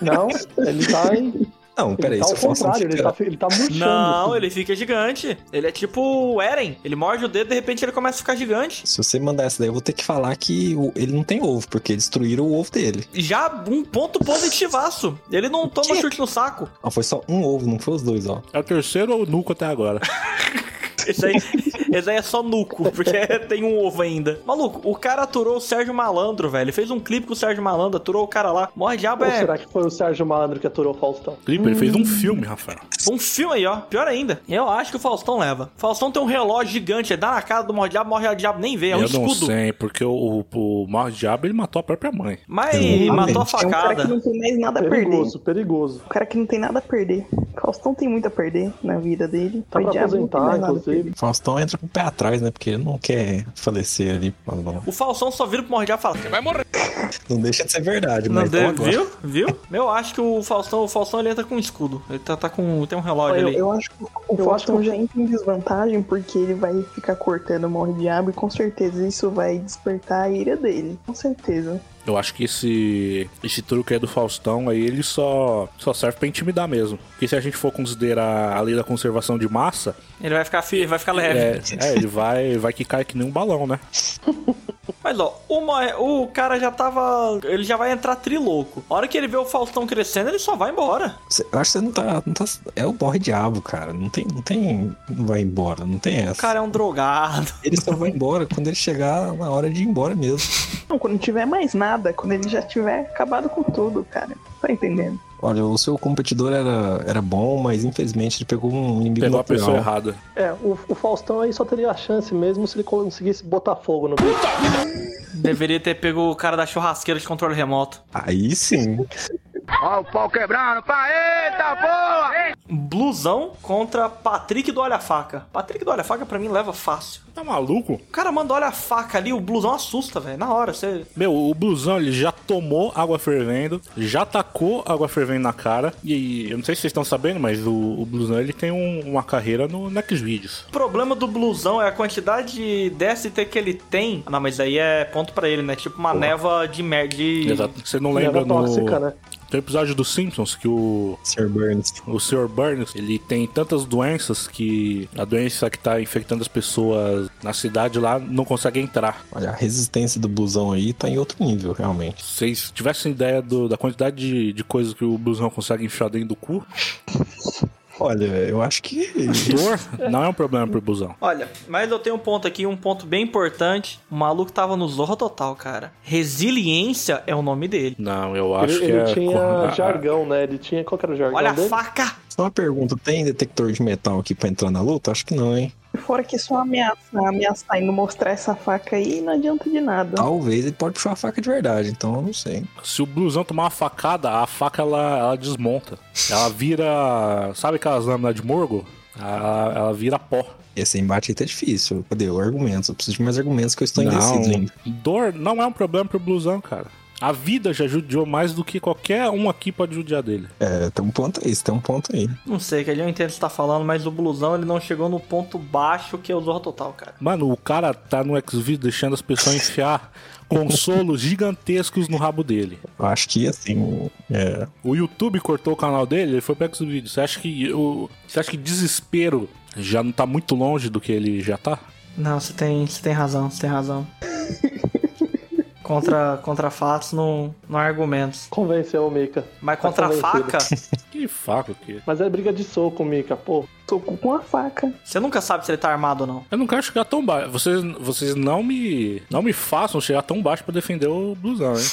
Speaker 3: Não, ele tá em.
Speaker 2: (laughs)
Speaker 4: Não,
Speaker 3: Ele
Speaker 4: peraí,
Speaker 3: tá
Speaker 4: se
Speaker 3: ao
Speaker 4: o Faustão
Speaker 3: contrário,
Speaker 4: fica...
Speaker 3: ele tá, ele tá murchando.
Speaker 2: um Não,
Speaker 3: assim.
Speaker 2: ele fica gigante. Ele é tipo o Eren. Ele morde o dedo e de repente ele começa a ficar gigante.
Speaker 4: Se você mandar essa daí, eu vou ter que falar que o- ele não tem ovo, porque destruíram o ovo dele.
Speaker 2: Já um ponto positivaço. Ele não toma
Speaker 4: Que?
Speaker 2: chute no saco.
Speaker 4: Ah, foi só um ovo, não foi os dois, ó.
Speaker 5: É o terceiro ou nuco até agora.
Speaker 2: Esse aí, (laughs) esse aí é só nuco, porque (laughs) tem um ovo ainda. Maluco, o cara aturou o Sérgio Malandro, velho. Ele fez um clipe com o Sérgio Malandro, aturou o cara lá. Morre diabo
Speaker 3: Ou
Speaker 2: é
Speaker 3: será que foi o Sérgio Malandro que aturou o Faustão?
Speaker 5: Clipe, ele
Speaker 2: Hum.
Speaker 5: fez um filme, Rafael.
Speaker 2: um filme aí, ó. Pior ainda. Eu acho que o Faustão leva. Faustão tem um relógio gigante, ele dá na cara do Morre Diabo, Morre Diabo nem vê, é um
Speaker 5: eu não
Speaker 2: escudo.
Speaker 5: sei, porque o, o, o Mauro Diabo ele matou a própria mãe.
Speaker 2: Mas
Speaker 4: Exatamente.
Speaker 2: matou a
Speaker 1: é um cara que
Speaker 2: facada.
Speaker 1: não tem mais
Speaker 3: Tá
Speaker 1: nada a perder.
Speaker 3: Perigoso, perigoso.
Speaker 1: O cara que não tem nada a perder. Faustão tem muito a perder na vida dele.
Speaker 3: Tá
Speaker 1: O
Speaker 3: pra
Speaker 1: diabo não tem
Speaker 3: aposentar,
Speaker 1: mais nada a perder.
Speaker 3: inclusive.
Speaker 4: O Faustão entra com o pé atrás, né? Porque ele não quer falecer ali. Mas Não,
Speaker 2: O Faustão só vira pro Morre Diabo e fala:
Speaker 4: não deixa de ser verdade,
Speaker 2: Não
Speaker 4: mas...
Speaker 2: deu,
Speaker 4: então agora-
Speaker 2: viu? Viu? Eu acho que o Faustão, o Faustão ele entra com um escudo. Ele tá, tá com. tem um relógio
Speaker 1: Eu,
Speaker 2: ali.
Speaker 1: eu acho que o
Speaker 3: Eu acho
Speaker 1: Faustão
Speaker 3: que-
Speaker 1: já entra em desvantagem porque ele vai ficar cortando o Morre Diabo e com certeza isso vai despertar a ira dele. Com certeza.
Speaker 5: Eu acho que esse, esse truque aí do Faustão aí, ele só, só serve pra intimidar mesmo. Porque se a gente for considerar a lei da conservação de massa,
Speaker 2: Ele vai ficar firme, vai ficar leve.
Speaker 5: é, é, ele vai, vai que cai que nem um balão, né?
Speaker 2: Mas ó, uma- o cara já tava. Ele já vai entrar trilouco. A hora que ele vê o Faustão crescendo, ele só vai embora.
Speaker 4: Cê- Eu acho que você não tá, não tá- É o Borre Diabo, cara. Não tem, não tem. Não vai embora, não tem
Speaker 2: O
Speaker 4: essa.
Speaker 2: cara é um drogado. (laughs)
Speaker 4: Ele só vai embora quando ele chegar na hora de ir embora mesmo.
Speaker 1: Não, quando não tiver mais nada, quando ele já tiver acabado com tudo, cara. Tá entendendo?
Speaker 4: Olha, o seu competidor era, era bom, mas infelizmente ele pegou um inimigo
Speaker 5: Pegou a
Speaker 4: natural.
Speaker 5: pessoa errada.
Speaker 3: É, o, o Faustão aí só teria a chance mesmo se ele conseguisse botar fogo no bicho.
Speaker 2: Deveria ter pego o cara da churrasqueira de controle remoto.
Speaker 4: Aí sim.
Speaker 8: Ó o pau quebrando, pá, eita porra!
Speaker 2: Blusão contra Patrick do Olha a Faca. Patrick do Olha a Faca pra mim leva fácil.
Speaker 5: Tá maluco?
Speaker 2: O cara manda olha a faca ali, o blusão assusta, velho. Na hora, você.
Speaker 5: Meu, o blusão ele já tomou água fervendo, já tacou água fervendo na cara. E eu não sei se vocês estão sabendo, mas o, o blusão ele tem um- uma carreira no Xvideos.
Speaker 2: O problema do blusão é a quantidade de DST que ele tem. Não, mas aí é ponto pra ele, né? Tipo uma neva de merda. de-
Speaker 5: Você não lembra
Speaker 3: Leva
Speaker 5: no...
Speaker 3: tóxica, né?
Speaker 5: Tem um episódio dos Simpsons que o
Speaker 4: Sr. Burns.
Speaker 5: O Sr. Burns, ele tem tantas doenças que a doença que tá infectando as pessoas na cidade lá não consegue entrar.
Speaker 4: Olha, a resistência do busão aí tá em outro nível, realmente.
Speaker 5: Se vocês tivessem ideia do- da quantidade de, de coisas que o blusão consegue enfiar dentro do (laughs) cu,
Speaker 4: Olha, eu acho que. (laughs)
Speaker 5: dor não é um problema pro blusão.
Speaker 2: Olha, mas eu tenho um ponto aqui, um ponto bem importante. O maluco tava no Zorra Total, cara. Resiliência é o nome dele.
Speaker 5: Não, eu
Speaker 3: Ele,
Speaker 5: acho que
Speaker 3: ele
Speaker 5: é.
Speaker 3: tinha
Speaker 5: a-
Speaker 3: jargão, né? Ele tinha. Qual que era o jargão
Speaker 2: Olha a
Speaker 3: dele?
Speaker 2: faca!
Speaker 4: Só uma pergunta: tem detector de metal aqui pra entrar na luta? Acho que não, hein?
Speaker 1: E Fora que é só ameaçar, ameaçar e não mostrar essa faca aí não adianta de nada.
Speaker 4: Talvez ele pode puxar a faca de verdade, então eu não sei.
Speaker 5: Se o blusão tomar uma facada, a faca ela, ela desmonta. Ela vira. Sabe aquelas lâminas de morgo? Ela, ela vira pó.
Speaker 4: Esse embate aí tá difícil. Cadê o argumento? Eu preciso de mais argumentos que eu estou indeciso ainda.
Speaker 5: Dor não é um problema pro blusão, cara. A vida já judiou mais do que qualquer um aqui pode judiar dele.
Speaker 4: É, tem um ponto aí, você tem um ponto aí.
Speaker 2: Não sei, que ali eu entendo o que você tá falando, mas o blusão ele não chegou no ponto baixo que é o Zorra Total, cara.
Speaker 5: Mano, o cara tá no Xvideos deixando as pessoas enfiar consolos gigantescos no rabo dele.
Speaker 4: Eu acho que, assim, é,
Speaker 5: O YouTube cortou o canal dele, ele foi pro Xvideos. Você acha que o você acha que desespero já não tá muito longe do que ele já tá?
Speaker 2: Não, você tem, você tem razão, você tem
Speaker 3: (laughs)
Speaker 2: razão. Contra, contra fatos não, não há argumentos.
Speaker 3: Convenceu o Mika.
Speaker 2: Mas
Speaker 3: Tá
Speaker 2: contra a
Speaker 3: convencido.
Speaker 2: faca,
Speaker 3: (laughs)
Speaker 5: Que faca que.
Speaker 3: Mas é briga de soco, Mika, pô.
Speaker 1: Soco com a faca.
Speaker 2: você nunca sabe se ele tá armado ou não.
Speaker 5: Eu não quero chegar tão baixo. Vocês, vocês não me não me façam chegar tão baixo pra defender o blusão, hein?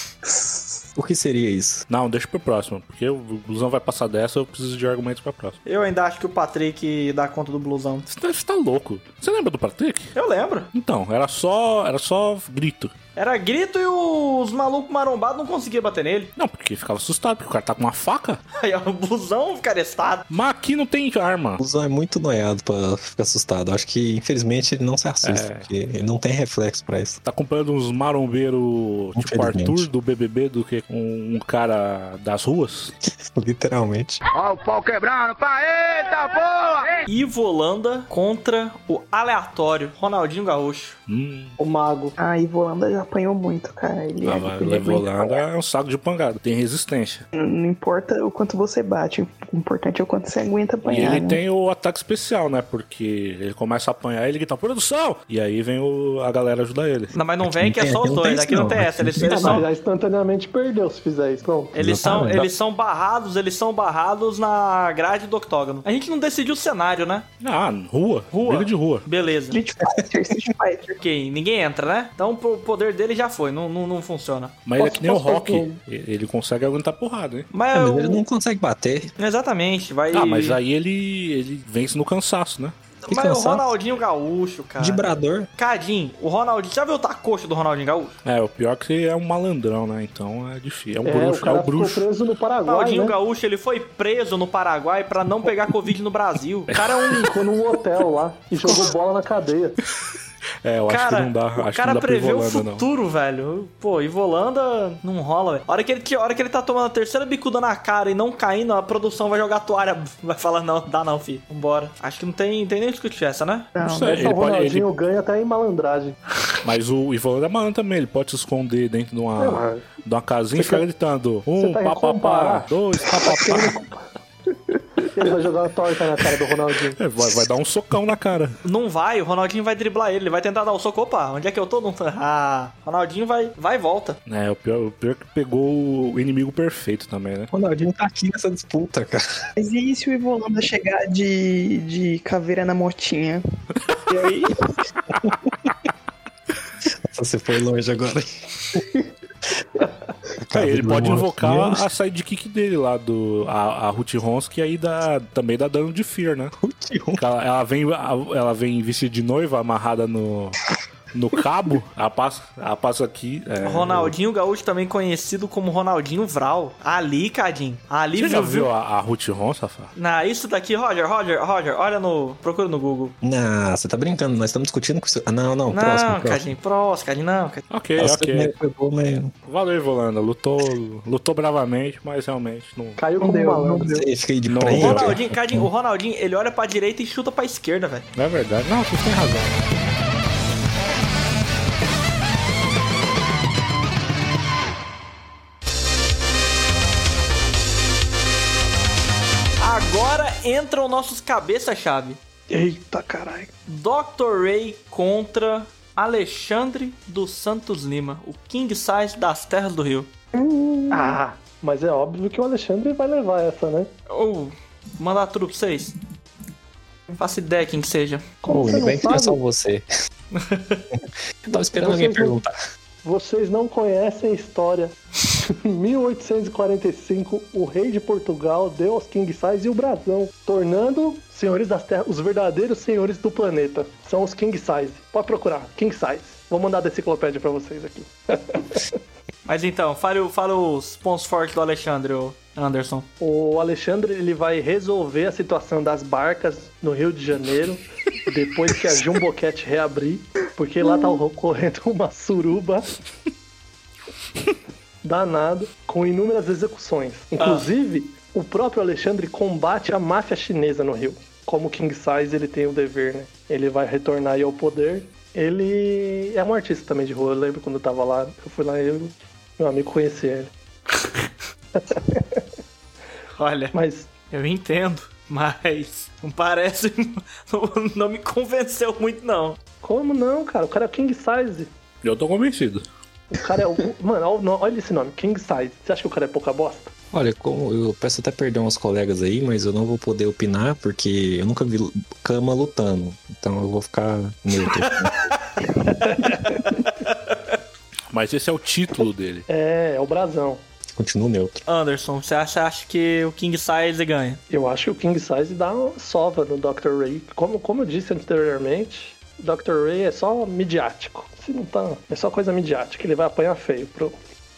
Speaker 4: o que seria isso?
Speaker 5: Não, deixa pro próximo, porque o blusão vai passar dessa, eu preciso de argumentos pra próximo.
Speaker 2: Eu ainda acho que o Patrick dá conta do blusão.
Speaker 5: Você tá, você tá louco? Você lembra do Patrick?
Speaker 2: Eu lembro.
Speaker 5: Então, era só era só grito.
Speaker 2: Era grito e os malucos marombados não conseguiam bater nele. (laughs)
Speaker 5: Não, porque ficava assustado, porque o cara tá com uma faca.
Speaker 2: Aí ó, o blusão fica arestado.
Speaker 5: Mas aqui não tem arma.
Speaker 4: O Zão é muito noiado pra ficar assustado. Eu acho que, infelizmente, ele não se assusta,
Speaker 2: É.
Speaker 4: porque ele não tem reflexo pra isso. (laughs)
Speaker 5: Tá comprando uns marombeiros tipo
Speaker 4: Infelizmente.
Speaker 5: Arthur do BBB do que um, um cara das ruas.
Speaker 4: Literalmente.
Speaker 2: Ivo Holanda contra o aleatório Ronaldinho Gaúcho.
Speaker 5: Hum,
Speaker 3: O mago.
Speaker 1: Ah, Ivo Holanda já apanhou muito, cara. Ele, é
Speaker 5: lá Ah, vai,
Speaker 1: ele
Speaker 5: levou
Speaker 1: aguenta-
Speaker 5: lá, dá um saco de pancada. Tem resistência.
Speaker 1: Não, não importa o quanto você bate, o importante é o quanto você aguenta
Speaker 5: E
Speaker 1: apanhar.
Speaker 5: ele
Speaker 1: né?
Speaker 5: tem o ataque especial, né? Porque ele começa a apanhar, ele grita, produção! E aí vem o, a galera ajudar ele.
Speaker 2: Não, mas não vem que é
Speaker 4: tem-
Speaker 2: só os
Speaker 4: aqui não
Speaker 2: dois.
Speaker 4: tem
Speaker 2: Aqui não
Speaker 4: isso,
Speaker 2: tem
Speaker 4: não.
Speaker 2: essa. Eles,
Speaker 4: Aqui não
Speaker 2: eles
Speaker 4: tem
Speaker 2: são,
Speaker 3: Ah, Mas um instantaneamente perdeu se fizer isso. Pronto.
Speaker 2: eles, são,
Speaker 4: Exatamente.
Speaker 2: eles são barrados, eles são barrados na grade do octógono. A gente não decidiu o cenário, né?
Speaker 5: Ah, rua.
Speaker 2: Rua.
Speaker 5: Briga de rua.
Speaker 2: Beleza.
Speaker 1: Street Fighter, Street Fighter.
Speaker 2: Ok, ninguém entra, né? Então o poder dele já foi, não, não, não funciona.
Speaker 5: Mas ele é
Speaker 3: Posso-
Speaker 5: que nem o
Speaker 3: posso
Speaker 5: Rock.
Speaker 3: fazer um-
Speaker 5: Ele consegue aguentar porrada, hein?
Speaker 2: Mas,
Speaker 4: Ah,
Speaker 2: eu-
Speaker 4: mas ele não consegue bater.
Speaker 2: Exatamente, vai.
Speaker 5: Ah, mas aí ele, ele vence no cansaço, né?
Speaker 4: Que
Speaker 2: Mas o
Speaker 4: cansaço.
Speaker 2: Ronaldinho Gaúcho, cara.
Speaker 4: De brador.
Speaker 2: Cadim, o Ronaldinho. Já viu o tacoxo do Ronaldinho Gaúcho?
Speaker 5: É, o pior é que você é um malandrão, né? Então é difícil. É um
Speaker 3: É,
Speaker 5: bruxo,
Speaker 3: o cara
Speaker 5: é o bruxo.
Speaker 3: ficou preso no
Speaker 2: O
Speaker 3: Paraguai,
Speaker 2: Ronaldinho
Speaker 3: né?
Speaker 2: Gaúcho, ele foi preso no Paraguai pra não pegar Covid no Brasil. O cara é um.
Speaker 3: Ficou num hotel lá e jogou bola na cadeia.
Speaker 5: É, eu acho
Speaker 2: Cara,
Speaker 5: que não
Speaker 2: o
Speaker 5: dá. Acho que
Speaker 2: cara
Speaker 5: não dá pra
Speaker 2: prevê o
Speaker 5: Ivolanda, não.
Speaker 2: futuro, velho. Pô, Ivolanda não rola, velho. A hora, que ele, a hora que ele tá tomando a terceira bicuda na cara e não caindo, a produção vai jogar a toalha. (laughs) Vai falar, não, dá não, fi. Vambora. Acho que não tem, tem nem discutir essa, né?
Speaker 1: Não,
Speaker 5: sei.
Speaker 3: Essa
Speaker 5: Ele
Speaker 3: o
Speaker 5: pode-
Speaker 3: Então, Ronaldinho ganha até em malandragem.
Speaker 5: Mas o Ivolanda é malandro também. Ele pode se esconder dentro de
Speaker 3: É,
Speaker 5: uma,
Speaker 3: mano.
Speaker 5: de uma casinha e ficar gritando: um,
Speaker 3: tá
Speaker 5: papapá,
Speaker 3: comparar?
Speaker 5: dois, papapá.
Speaker 3: Ele vai jogar uma torta na cara do Ronaldinho.
Speaker 5: É, vai, vai dar um socão na cara.
Speaker 2: (laughs) Não vai, o Ronaldinho vai driblar ele. Ele vai tentar dar o soco. Opa, onde é que eu tô? (laughs) Não tá. Ah, Ronaldinho vai, vai e volta.
Speaker 5: É, o pior, o pior é que pegou o inimigo perfeito também, né?
Speaker 4: Ronaldinho tá aqui nessa disputa, cara. (laughs)
Speaker 1: Mas e se o Ivo Holanda chegar de, de caveira na motinha? E aí,
Speaker 4: Nossa, Você foi longe agora. (laughs)
Speaker 5: É, ele pode invocar
Speaker 4: a
Speaker 5: a sidekick dele lá, do, a, a Ruth Rons, que aí dá, também dá dano de Fear, né?
Speaker 4: Ruth
Speaker 5: Ela, ela vem, ela vem vestida de noiva, amarrada no, no cabo, (laughs) a passo, a passo aqui. É,
Speaker 2: Ronaldinho Gaúcho, também conhecido como Ronaldinho Vral. Ali, Cadinho. Ali
Speaker 5: Você já
Speaker 2: viu-
Speaker 5: viu a, a Ruth Ron, safado?
Speaker 2: Na, isso daqui, Roger, Roger, Roger, olha no. Procura no Google.
Speaker 4: Não, você tá brincando, nós estamos discutindo com isso. Ah, não, não,
Speaker 2: não,
Speaker 4: próximo, próximo.
Speaker 2: Cadinho, próximo, Cadinho, não. Cadinho.
Speaker 5: Ok,
Speaker 4: Nossa, né?
Speaker 5: ok.
Speaker 4: primeiro foi bom, mas-
Speaker 5: Valeu, Evolanda. Lutou, lutou bravamente, mas realmente não.
Speaker 3: Caiu como
Speaker 1: Não
Speaker 3: um
Speaker 1: deu, não
Speaker 3: malandro.
Speaker 1: deu.
Speaker 4: Sei, fiquei de
Speaker 5: Não,
Speaker 2: O
Speaker 5: Aí, ó.
Speaker 2: Ronaldinho, Cadinho, o Ronaldinho, ele olha pra direita e chuta pra esquerda, velho.
Speaker 5: Não é verdade. Não, vocês têm razão.
Speaker 2: Agora entram nossos cabeça-chave.
Speaker 3: Eita, caralho.
Speaker 2: Dr. Ray contra Alexandre dos Santos Lima, o King Size das Terras do Rio.
Speaker 3: Ah, mas é óbvio que o Alexandre vai levar essa, né?
Speaker 2: Ou mandar tudo pra vocês. Não faço ideia quem que seja.
Speaker 3: Como
Speaker 4: Ô,
Speaker 3: você
Speaker 4: Nico,
Speaker 3: não
Speaker 4: vai ficar só
Speaker 3: sabe,
Speaker 4: (laughs)
Speaker 3: Então
Speaker 4: você. Eu Tava esperando
Speaker 3: Você
Speaker 4: alguém
Speaker 3: não-
Speaker 4: perguntar.
Speaker 3: vocês não conhecem a história. Em 1845, o rei de Portugal deu aos King Size e o brasão, tornando senhores das terras, os verdadeiros senhores do planeta. São os King Size. Pode procurar, King Size. Vou mandar da enciclopédia pra vocês aqui.
Speaker 2: Mas então, fale, o- fala os pontos fortes do Alexandre, ô Anderson.
Speaker 3: O Alexandre ele vai resolver a situação das barcas no Rio de Janeiro depois que a Jumbocat reabrir, porque lá tá ocorrendo uma suruba danado com inúmeras execuções. Inclusive, o próprio Alexandre combate a máfia chinesa no Rio. Como King Size, ele tem o dever, né? Ele vai retornar aí ao poder. Ele é um artista também de rua. Eu lembro quando eu tava lá, eu fui lá e eu- meu amigo conhecia ele.
Speaker 2: Olha,
Speaker 3: Mas
Speaker 2: eu entendo, mas não parece. (laughs) não- Não me convenceu muito, não.
Speaker 3: como não, cara? O cara é King Size.
Speaker 5: Eu tô convencido.
Speaker 3: O cara é o. Mano, olha o no- olha esse nome, King Size. Você acha que o cara é pouca bosta?
Speaker 4: Olha, como eu peço até perdão aos colegas aí, mas eu não vou poder opinar porque eu nunca vi lu- cama lutando. Então eu vou ficar
Speaker 3: (laughs)
Speaker 4: neutro.
Speaker 5: Mas esse é o título dele.
Speaker 3: É, é o brasão.
Speaker 4: Continuo neutro.
Speaker 2: Anderson, você acha, acha que o King Size ganha?
Speaker 3: Eu acho que o King Size dá uma sova no Dr. Ray. Como, como eu disse anteriormente, o Dr. Ray é só midiático. Se não tá. É só coisa midiática. Ele vai apanhar feio pro.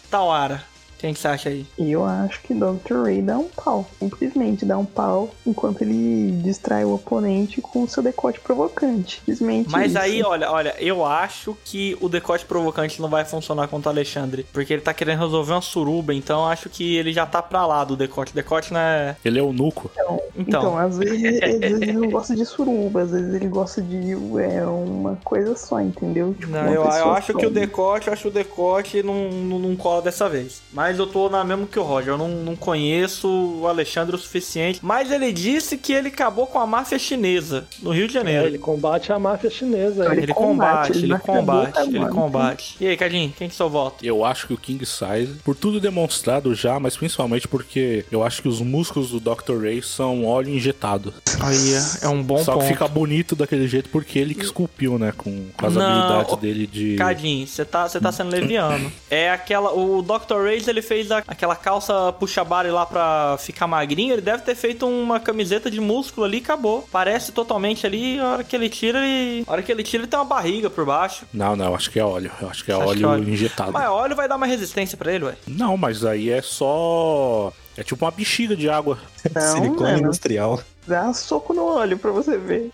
Speaker 2: Tawara, quem que você acha aí?
Speaker 1: E eu acho que Dr. Ray dá um pau. Simplesmente dá um pau enquanto ele distrai o oponente com seu decote provocante. Simplesmente.
Speaker 2: Mas
Speaker 1: isso.
Speaker 2: aí, olha, olha, eu acho que o decote provocante não vai funcionar contra o Alexandre. Porque ele tá querendo resolver uma suruba, então eu acho que ele já tá pra lá do decote. Decote não é.
Speaker 5: Ele é o Nuco.
Speaker 1: Então,
Speaker 2: Então.
Speaker 1: às, vezes, às vezes ele não gosta de suruba, às vezes ele gosta de é, uma coisa só, entendeu? Tipo,
Speaker 2: não,
Speaker 1: uma
Speaker 2: né, eu, eu
Speaker 1: pessoa
Speaker 2: acho
Speaker 1: só. né?
Speaker 2: que o decote, eu acho que o decote não, não, não cola dessa vez. Mas eu tô na mesma que o Roger, eu não, não conheço o Alexandre o suficiente. Mas ele disse que ele acabou com a máfia chinesa no Rio de
Speaker 3: É,
Speaker 2: Janeiro.
Speaker 3: ele combate a máfia chinesa.
Speaker 1: Ele
Speaker 2: ele, combate,
Speaker 1: combate, ele
Speaker 2: ele
Speaker 1: marca
Speaker 2: combate,
Speaker 1: boca,
Speaker 2: ele
Speaker 1: mano.
Speaker 2: combate. E aí, Cadinho, quem que é seu voto?
Speaker 5: Eu acho que o King Size, por tudo demonstrado já, mas principalmente porque eu acho que os músculos do Dr. Ray são óleo injetado.
Speaker 2: Aí é um bom
Speaker 5: Só
Speaker 2: ponto.
Speaker 5: que fica bonito daquele jeito porque ele que esculpiu, né? Com, com as
Speaker 2: Não, o-
Speaker 5: habilidades dele de.
Speaker 2: Cadinho, você tá, você tá sendo
Speaker 5: (clears throat)
Speaker 2: leviano. É aquela. O Dr. Reis ele fez a- aquela calça puxa-bari lá pra ficar magrinho. Ele deve ter feito uma camiseta de músculo ali e acabou. Parece totalmente ali. A hora que ele tira, ele. A hora que ele tira, ele tem uma barriga por baixo.
Speaker 5: Não, não, eu acho que é óleo. Eu acho que é,
Speaker 2: Acho
Speaker 5: óleo,
Speaker 2: que é óleo.
Speaker 5: injetado.
Speaker 2: Mas óleo vai dar uma resistência pra ele, ué.
Speaker 5: Não, mas aí é só. É tipo uma bexiga de água.
Speaker 1: Não,
Speaker 3: é,
Speaker 4: Silicone
Speaker 3: né?
Speaker 1: mano,
Speaker 4: industrial.
Speaker 1: dá soco no olho pra você ver.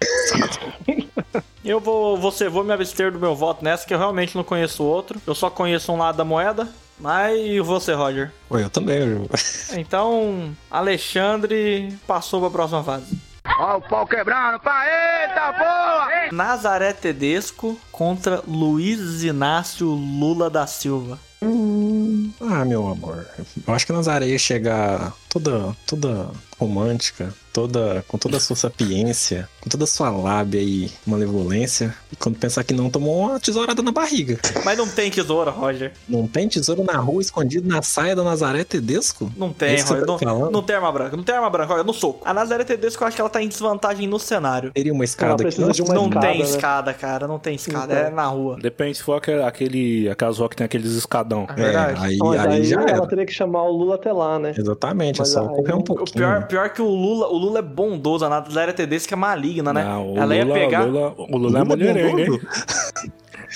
Speaker 2: Eu vou, você, vou me abster do meu voto nessa, que eu realmente não conheço o outro. Eu só conheço um lado da moeda. Mas e você, Roger?
Speaker 4: Ué, eu também. eu-
Speaker 2: Então, Alexandre passou pra próxima fase.
Speaker 6: Ó o pau quebrando, pá, eita boa!
Speaker 2: Nazaré Tedesco contra Luiz Inácio Lula da Silva.
Speaker 4: Ah, meu amor. Eu acho que a Nazaré ia chegar toda, toda romântica, toda com toda
Speaker 2: (laughs)
Speaker 4: a sua sapiência, com toda a sua lábia e malevolência. E quando pensar que não, tomou uma tesourada na barriga.
Speaker 2: Mas não tem tesoura, Roger.
Speaker 4: Não tem tesouro na rua escondido na saia da Nazaré Tedesco?
Speaker 2: Não tem,
Speaker 4: É isso que
Speaker 2: Roger.
Speaker 4: eu tô
Speaker 2: Não,
Speaker 4: falando.
Speaker 2: não tem arma branca. Não tem arma branca, olha, no soco. A Nazaré Tedesco, eu acho que ela tá em desvantagem no cenário.
Speaker 4: Teria uma
Speaker 3: Ela
Speaker 4: escada aqui.
Speaker 3: precisa de uma
Speaker 2: não
Speaker 3: escada,
Speaker 2: tem
Speaker 3: né?
Speaker 2: escada, cara. Não tem escada.
Speaker 3: Então.
Speaker 2: É na rua.
Speaker 5: Depende se for aquele, aquele, aquelas rock que tem aqueles escadão.
Speaker 4: É, aí,
Speaker 3: Mas
Speaker 4: aí
Speaker 3: aí
Speaker 4: já
Speaker 3: ela
Speaker 4: era.
Speaker 3: teria que chamar o Lula até lá, né?
Speaker 4: Exatamente, é
Speaker 3: Mas
Speaker 4: só
Speaker 3: aí-
Speaker 4: correr um
Speaker 2: O
Speaker 4: pouquinho.
Speaker 2: pior, pior que o Lula, o Lula é bondoso, a Nazaré Tedesco é maligna, né?
Speaker 5: Não, o
Speaker 2: ela
Speaker 5: Lula,
Speaker 2: ia pegar.
Speaker 5: o Lula, o Lula é
Speaker 4: Lula
Speaker 5: mulherengo, hein?
Speaker 4: bondoso.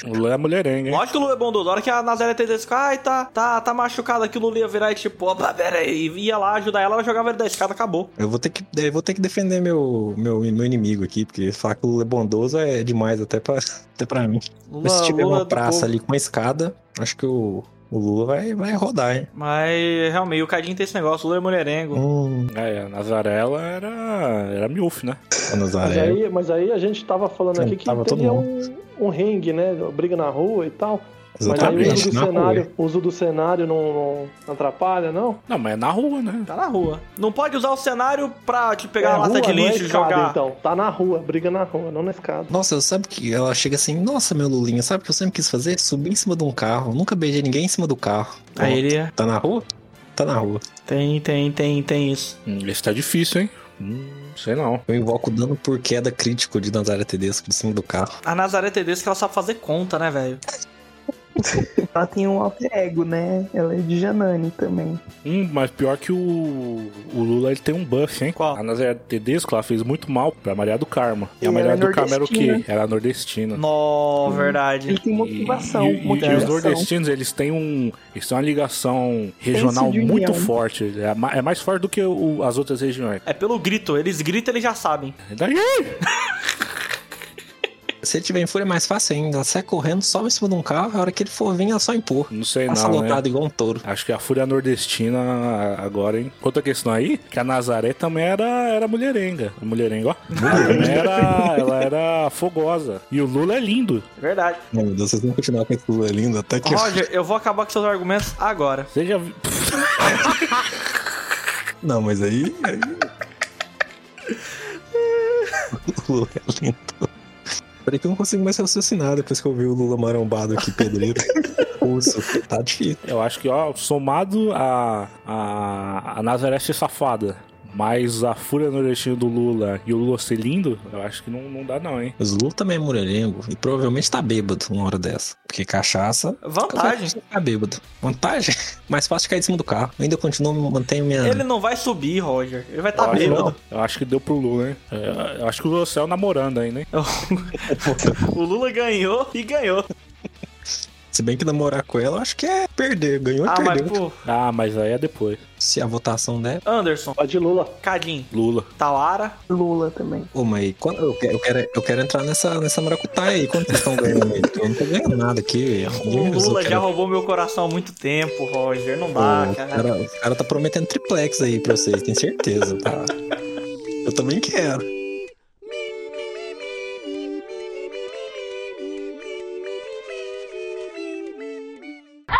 Speaker 5: O Lula é mulherengue, hein?
Speaker 2: Lógico que o Lula é bondoso. A hora que a Nazaré tem desse ai, tá, tá, tá machucada aqui, o Lula ia virar e tipo, opa, pera aí, ia lá ajudar ela, ela jogava ele da escada, acabou.
Speaker 4: Eu vou ter que, eu vou ter que defender meu, meu, meu inimigo aqui, porque falar que o Lula é bondoso é demais até pra, (laughs) até pra mim. Mas se tiver
Speaker 2: Lula é
Speaker 4: uma
Speaker 2: do
Speaker 4: praça
Speaker 2: povo.
Speaker 4: ali com uma escada, acho que o, o Lula vai, vai rodar, hein?
Speaker 2: Mas, realmente, o Cadinho tem esse negócio, o Lula é mulherengo.
Speaker 4: Hum,
Speaker 5: É, a Nazarela era, era milf, né?
Speaker 4: a
Speaker 3: Mas
Speaker 4: Nazaré.
Speaker 3: aí, mas aí a gente tava falando aqui que
Speaker 4: é. Tava todo
Speaker 3: teria um, um ringue, né? Briga na rua e tal. Mas aí o
Speaker 4: Exatamente,
Speaker 3: uso do
Speaker 4: na rua.
Speaker 3: cenário, o uso do cenário não, não- não atrapalha, não?
Speaker 5: Não, mas é na rua, né?
Speaker 2: Tá na rua. Não pode usar o cenário pra te pegar
Speaker 3: É
Speaker 2: uma lata
Speaker 3: rua,
Speaker 2: de
Speaker 3: não é
Speaker 2: lixo e
Speaker 3: escada,
Speaker 2: jogar.
Speaker 3: Então, tá na rua, briga na rua, não na escada.
Speaker 4: Nossa, eu sabe que ela chega assim, nossa, meu Lulinha, sabe o que eu sempre quis fazer? Subir em cima de um carro. Nunca beijei ninguém em cima do carro.
Speaker 2: Aí ele ia.
Speaker 4: Tá na rua? Tá na rua.
Speaker 2: Tem, tem, tem, tem isso.
Speaker 5: Hum, Esse tá difícil, hein? Hum, sei não.
Speaker 4: Eu invoco o dano por queda crítico de Nazaré Tedesco de cima do carro.
Speaker 2: A Nazaré tem desse que ela sabe fazer conta, né, velho?
Speaker 1: Ela tem um alter ego, né? Ela é de Janane também.
Speaker 5: Hum, mas pior que o, o Lula ele tem um buff, hein?
Speaker 2: Qual?
Speaker 5: A Nazaré Tedesco ela fez muito mal pra Maria do Carmo. E a
Speaker 1: E
Speaker 5: Maria
Speaker 1: ela é
Speaker 5: do Carmo era o quê?
Speaker 1: nordestina.
Speaker 5: Era nordestina.
Speaker 2: Nó, verdade.
Speaker 1: Ele tem motivação.
Speaker 5: E, e- e os
Speaker 1: motivação.
Speaker 5: nordestinos, eles têm, um, eles têm uma ligação regional
Speaker 1: de união.
Speaker 5: muito forte. É, ma- é mais forte do que o- as outras regiões.
Speaker 2: É pelo grito, eles gritam, eles já sabem.
Speaker 5: E Daí,
Speaker 4: Se ele tiver em fúria é mais fácil ainda. Ela sai correndo, sobe em cima de um carro, a hora que ele for vir, ela só empurra.
Speaker 5: não sei
Speaker 4: Passa
Speaker 5: não, né?
Speaker 4: lotado igual um touro.
Speaker 5: Acho que a fúria nordestina agora, hein? Outra questão aí, que a Nazaré também era, era mulherenga. Mulherenga, ó. Também era, ela era fogosa. E o Lula é lindo.
Speaker 2: Verdade.
Speaker 4: Ai, Meu Deus, vocês vão continuar com esse Lula lindo até que...
Speaker 2: Roger, eu vou acabar com seus argumentos agora.
Speaker 5: Você já viu...
Speaker 4: Não, mas aí... aí- (laughs) o Lula é lindo. Peraí que eu não consigo mais raciocinar depois que eu vi o Lula marombado aqui, (laughs) pedreiro. Russo, tá difícil.
Speaker 5: Eu acho que, ó, somado a, a, a Nazaré ser safada, mais a fúria nordestina do Lula e o Lula ser lindo, eu acho que não, não dá não, hein?
Speaker 4: Mas o Lula também é mulherengo e provavelmente tá bêbado uma hora dessa. Porque cachaça.
Speaker 2: Vantagem.
Speaker 4: Você Tá bêbado. Vantagem? (laughs) Mais fácil de cair em cima do carro. Eu ainda continuo, mantenho minha.
Speaker 2: Ele não vai subir, Roger. Ele vai estar
Speaker 5: Eu
Speaker 2: tá
Speaker 5: acho-
Speaker 2: bêbado.
Speaker 5: Eu acho que deu pro Lula, hein? É, Eu acho que o Lula saiu namorando ainda, hein?
Speaker 2: O Lula ganhou e ganhou.
Speaker 4: Se bem que namorar com ela, eu acho que é perder. Ganhou e
Speaker 2: Ah, mas
Speaker 4: perdeu.
Speaker 2: pô.
Speaker 5: Ah, mas aí é depois.
Speaker 4: Se a votação der.
Speaker 2: Anderson,
Speaker 3: Pode ir, Lula.
Speaker 2: Cadim,
Speaker 5: Lula.
Speaker 2: Talara.
Speaker 1: Lula também.
Speaker 4: Ô, mas quando- eu quero, eu quero, eu quero entrar nessa, nessa maracutaia aí. Quanto vocês estão ganhando aí? Eu não tô ganhando nada aqui.
Speaker 2: O Lula já roubou meu coração há muito tempo, Roger. Não dá,
Speaker 4: O
Speaker 2: cara.
Speaker 4: cara, o cara tá prometendo triplex aí pra vocês, tem certeza, tá? Eu também quero.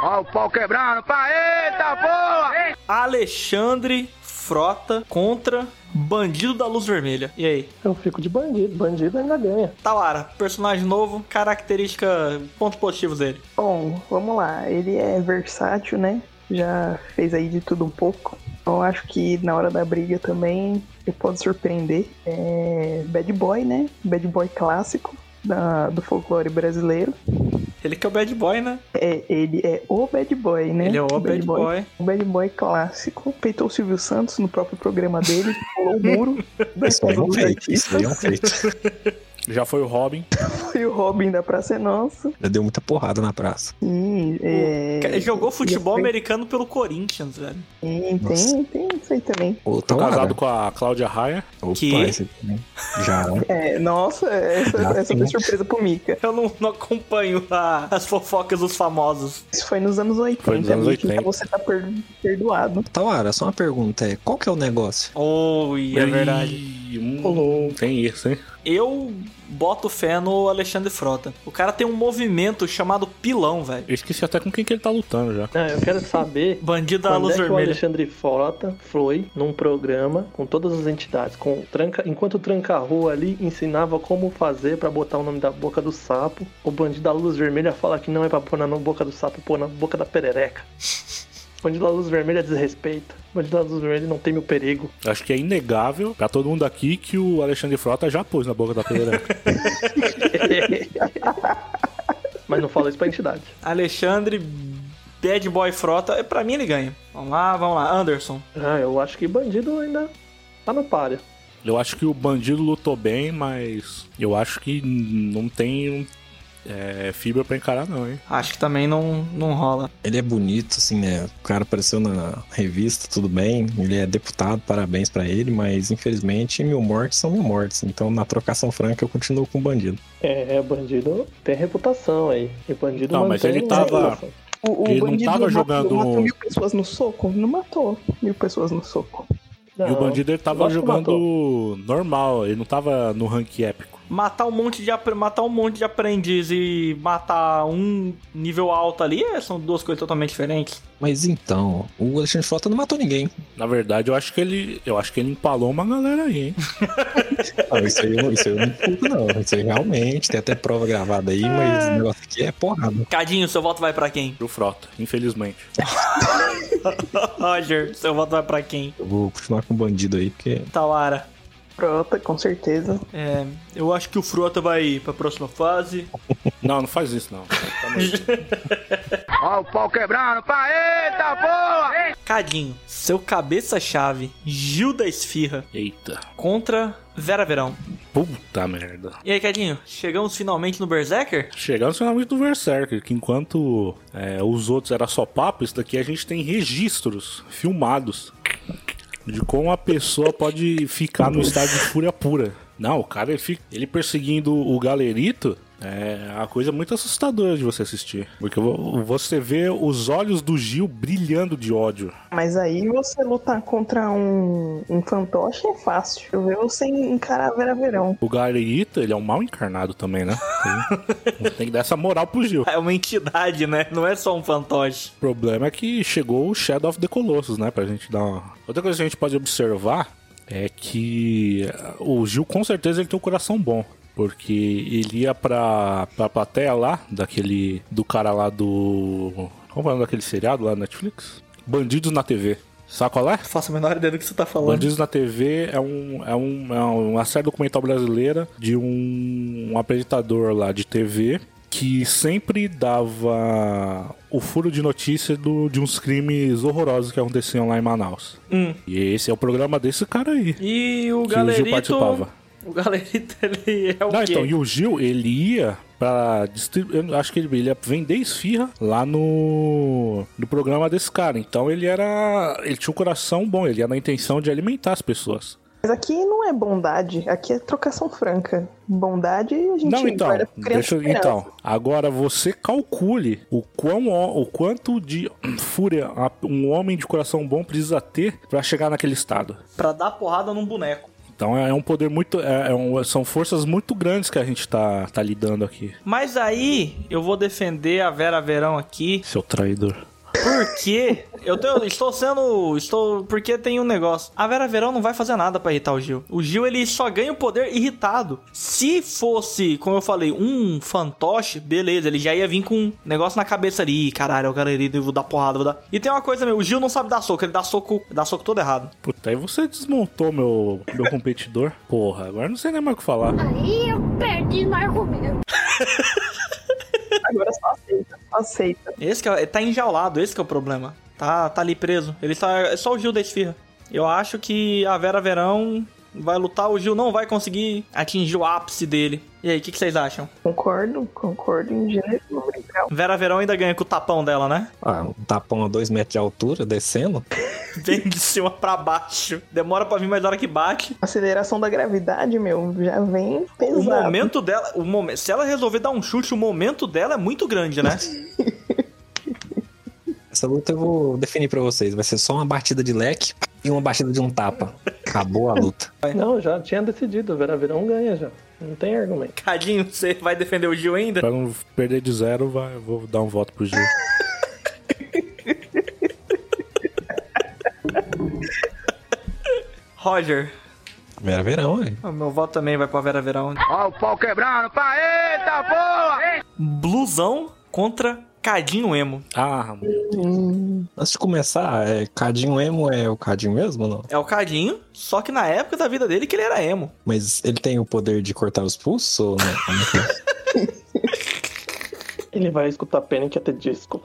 Speaker 6: Ó o pau quebrando, pá, eita porra!
Speaker 2: Alexandre Frota contra Bandido da Luz Vermelha. E aí?
Speaker 3: Eu fico de bandido, bandido ainda ganha.
Speaker 2: Talara, personagem novo, característica, pontos positivos dele.
Speaker 1: Bom, vamos lá. Ele é versátil, né? Já fez aí de tudo um pouco. Então acho que na hora da briga também ele pode surpreender. É bad boy, né? Bad boy clássico da- do folclore brasileiro.
Speaker 2: Ele que é o bad boy, né?
Speaker 1: É, ele é o bad boy, né?
Speaker 2: Ele é o bad, boy.
Speaker 1: O bad boy clássico. Peitou o Silvio Santos no próprio programa dele. (laughs) Pulou o muro.
Speaker 4: Isso aí é um feito. Isso aí é um feito.
Speaker 5: Já foi o Robin.
Speaker 1: Foi o Robin da Praça é Nossa.
Speaker 4: Já deu muita porrada na praça.
Speaker 1: Sim, é...
Speaker 2: Ele jogou futebol
Speaker 1: Ia-
Speaker 2: americano pelo Corinthians, velho.
Speaker 1: Tem,
Speaker 4: Nossa.
Speaker 1: tem, tem isso aí também.
Speaker 4: Ô,
Speaker 5: Tô
Speaker 4: tá
Speaker 5: casado com a Cláudia Raia.
Speaker 4: Opa,
Speaker 2: Que?
Speaker 4: esse aqui, né? Já.
Speaker 1: É, nossa, essa,
Speaker 4: Ah,
Speaker 1: essa
Speaker 4: sim.
Speaker 1: foi surpresa pro Mika.
Speaker 2: Eu não, não acompanho a- as fofocas dos famosos.
Speaker 1: Isso foi nos anos 80.
Speaker 5: Foi nos anos
Speaker 1: Mika,
Speaker 5: 80.
Speaker 1: então você tá per- perdoado.
Speaker 4: Tawara, só uma pergunta é, qual que é o negócio?
Speaker 2: Oi, é verdade.
Speaker 5: Ih,
Speaker 3: um
Speaker 5: hum, tem isso, hein?
Speaker 2: Eu boto fé no Alexandre Frota. O cara tem um movimento chamado pilão, velho.
Speaker 5: Eu esqueci até com quem que ele tá lutando já.
Speaker 3: Ah, eu quero
Speaker 2: (laughs)
Speaker 3: saber
Speaker 2: Bandido da
Speaker 3: Quando
Speaker 2: luz
Speaker 3: é que o
Speaker 2: vermelha.
Speaker 3: Alexandre Frota foi num programa com todas as entidades, Tá, com o tranca, enquanto o Tranca-Rua ali ensinava como fazer pra botar o nome da boca do sapo, o bandido da luz vermelha fala que não é pra pôr na no- boca do sapo, pôr na boca da perereca. O bandido da luz vermelha desrespeita. O bandido da luz vermelha não tem meu perigo. (laughs)
Speaker 5: Acho que é inegável pra todo mundo aqui que o Alexandre Frota já pôs na boca da pedra. (laughs)
Speaker 3: Mas não fala isso pra entidade.
Speaker 2: Alexandre Bad Boy Frota. É, Pra mim ele ganha. Vamos lá, vamos lá. Anderson.
Speaker 3: Ah, eu acho que bandido ainda tá no páreo.
Speaker 5: Eu acho que o bandido lutou bem, mas eu acho que não tem. É, fibra pra encarar não, hein?
Speaker 2: Acho que também não, não rola.
Speaker 4: Ele é bonito, assim, né? O cara apareceu na revista, tudo bem. Ele é deputado, parabéns pra ele, mas infelizmente mil mortes são mil mortes. Então na trocação franca eu continuo com o bandido.
Speaker 3: É, é, bandido tem reputação aí. E bandido
Speaker 5: Não, mas
Speaker 3: mantém um
Speaker 5: ele tava-
Speaker 3: reputação.
Speaker 1: O, o
Speaker 5: Ele não
Speaker 1: bandido
Speaker 5: tava
Speaker 1: matou-
Speaker 5: jogando-
Speaker 1: matou mil pessoas no soco? Não matou mil pessoas no soco.
Speaker 5: e
Speaker 3: Não,
Speaker 5: o bandido ele
Speaker 3: eu
Speaker 5: tava
Speaker 3: acho que
Speaker 5: jogando
Speaker 3: matou.
Speaker 5: normal, ele não tava no rank épico.
Speaker 2: Matar um monte de apre- matar um monte de aprendiz e matar um nível alto ali é, são duas coisas totalmente diferentes.
Speaker 4: Mas então, o Alexandre Frota não matou ninguém.
Speaker 5: Na verdade, eu acho que ele. Eu acho que ele empalou uma galera aí, hein?
Speaker 4: Não, Ah, isso aí, eu não- isso aí eu não culpo, não. Isso aí realmente, tem até prova gravada aí, mas o negócio aqui é porrada.
Speaker 2: Cadinho, seu voto vai pra quem? (laughs)
Speaker 5: Pro Frota, infelizmente.
Speaker 2: Roger, seu voto vai pra quem?
Speaker 4: Eu vou continuar com o bandido aí, porque
Speaker 2: Tawara.
Speaker 1: Frota, com certeza.
Speaker 2: É, eu acho que o Frota vai pra próxima fase.
Speaker 5: Não, não faz isso
Speaker 3: (laughs)
Speaker 5: não. Tá maluco.
Speaker 6: Ó o pau quebrando, pá, eita boa!
Speaker 2: Cadinho, seu cabeça-chave, Gil da Esfirra,
Speaker 5: Eita.
Speaker 2: contra Vera Verão.
Speaker 5: Puta merda.
Speaker 2: E aí, Cadinho, chegamos finalmente no Berserker?
Speaker 5: Chegamos finalmente no Berserker, que enquanto é, os outros era só papo, isso daqui a gente tem registros filmados de como a pessoa pode ficar no estado de fúria pura. Não, o cara ele, fica, ele perseguindo o galerito é uma coisa muito assustadora de você assistir. Porque vo- você vê os olhos do Gil brilhando de ódio.
Speaker 1: Mas aí você lutar contra um, um fantoche é fácil. Eu vejo você encarar Vera Verão.
Speaker 5: O galerito, ele é um mal encarnado também, né? Tem- Tem que dar essa moral pro Gil.
Speaker 2: É uma entidade, né? Não é só um fantoche.
Speaker 5: O problema é que chegou o Shadow of the Colossus, né? Pra gente dar uma... Outra coisa que a gente pode observar é que eh, o Gil, com certeza, ele tem um coração bom. Porque ele ia pra, pra plateia lá, daquele... Do cara lá do... Como é o nome daquele seriado lá na Netflix? Bandidos na TV. Sabe qual é?
Speaker 2: Faço a menor ideia do que você tá falando.
Speaker 5: Bandidos na TV é, um, é, um, é uma série documental brasileira de um, um apresentador lá de TV que sempre dava o furo de notícia do- de uns crimes horrorosos que aconteciam lá em Manaus.
Speaker 2: Hum.
Speaker 5: E esse é o programa desse cara aí.
Speaker 2: E o
Speaker 5: Que o Gil
Speaker 2: Galerito...
Speaker 5: participava.
Speaker 2: O Galerito, ele é o
Speaker 5: Não,
Speaker 2: quê?
Speaker 5: então, e o Gil, ele ia pra distribuir. Eu acho que ele, ele ia vender esfirra lá no, no programa desse cara. Então ele era. Ele tinha um coração bom, ele ia na intenção de alimentar as pessoas.
Speaker 1: Mas aqui não é bondade, aqui é trocação franca. Bondade a gente
Speaker 5: Não, então,
Speaker 1: guarda pra criança
Speaker 5: deixa, eu-
Speaker 1: e criança.
Speaker 5: então, agora você calcule o quão o, o quanto de fúria a- um homem de coração bom precisa ter pra chegar naquele estado.
Speaker 2: Pra dar porrada num boneco.
Speaker 5: Então é, é um poder muito, é- é um- são forças muito grandes que a gente tá, tá lidando aqui,
Speaker 2: Mas aí, eu vou defender a Vera Verão aqui,
Speaker 5: seu traidor.
Speaker 2: porque eu tenho- estou sendo... Estou... Porque tem um negócio. A Vera Verão não vai fazer nada pra irritar o Gil. O Gil, ele só ganha o poder irritado. Se fosse, como eu falei, um fantoche, beleza, ele já ia vir com um negócio na cabeça ali. Ih, Caralho, é o galerito, eu vou dar porrada, vou dar... E tem uma coisa, meu, o Gil não sabe dar soco, ele dá soco, dá soco todo errado.
Speaker 5: Puta, aí você desmontou meu, meu competidor. Porra, agora eu não sei nem mais o que falar.
Speaker 10: Aí eu perdi no argumento.
Speaker 1: Agora só aceita, só aceita.
Speaker 2: Esse que é, tá enjaulado, esse que é o problema. Tá, tá ali preso. Ele tá. É só o Gil da esfirra. Eu acho que a Vera Verão vai lutar, o Gil não vai conseguir atingir o ápice dele. E aí, o que, que vocês acham?
Speaker 1: Concordo, concordo em gênero número e grau.
Speaker 2: Vera Verão ainda ganha com o tapão dela,
Speaker 4: (laughs)
Speaker 2: né?
Speaker 4: ah, um tapão a dois metros de altura, descendo.
Speaker 2: Vem de cima pra baixo. Demora pra vir, mas na hora que bate.
Speaker 1: Aceleração da gravidade, meu, já vem
Speaker 2: O
Speaker 1: pesado.
Speaker 2: momento dela. O momen- Se ela resolver dar um chute, o momento dela é muito grande, né?
Speaker 4: Essa luta eu vou definir pra vocês. Vai ser só uma batida de leque e uma batida de um tapa. Acabou a luta.
Speaker 3: Não, já tinha decidido. Vera Verão ganha já. Não tem argumento.
Speaker 2: Cadinho, você vai defender o Gil ainda?
Speaker 5: Pra não perder de zero, vai, eu vou dar um voto pro Gil.
Speaker 2: Roger.
Speaker 4: Vera Verão, ué.
Speaker 2: O meu voto também vai pra Vera Verão.
Speaker 6: Ó o pau quebrando, pá, eita boa!
Speaker 2: Blusão contra Cadinho Emo.
Speaker 5: Ah, meu.
Speaker 4: Antes de começar, é, Cadinho Emo é o Cadinho mesmo ou não?
Speaker 2: É o Cadinho, só que na época da vida dele que ele era emo.
Speaker 4: Mas ele tem o poder de cortar os pulsos ou não? Como é que é?
Speaker 3: Ele vai escutar Panic até disco.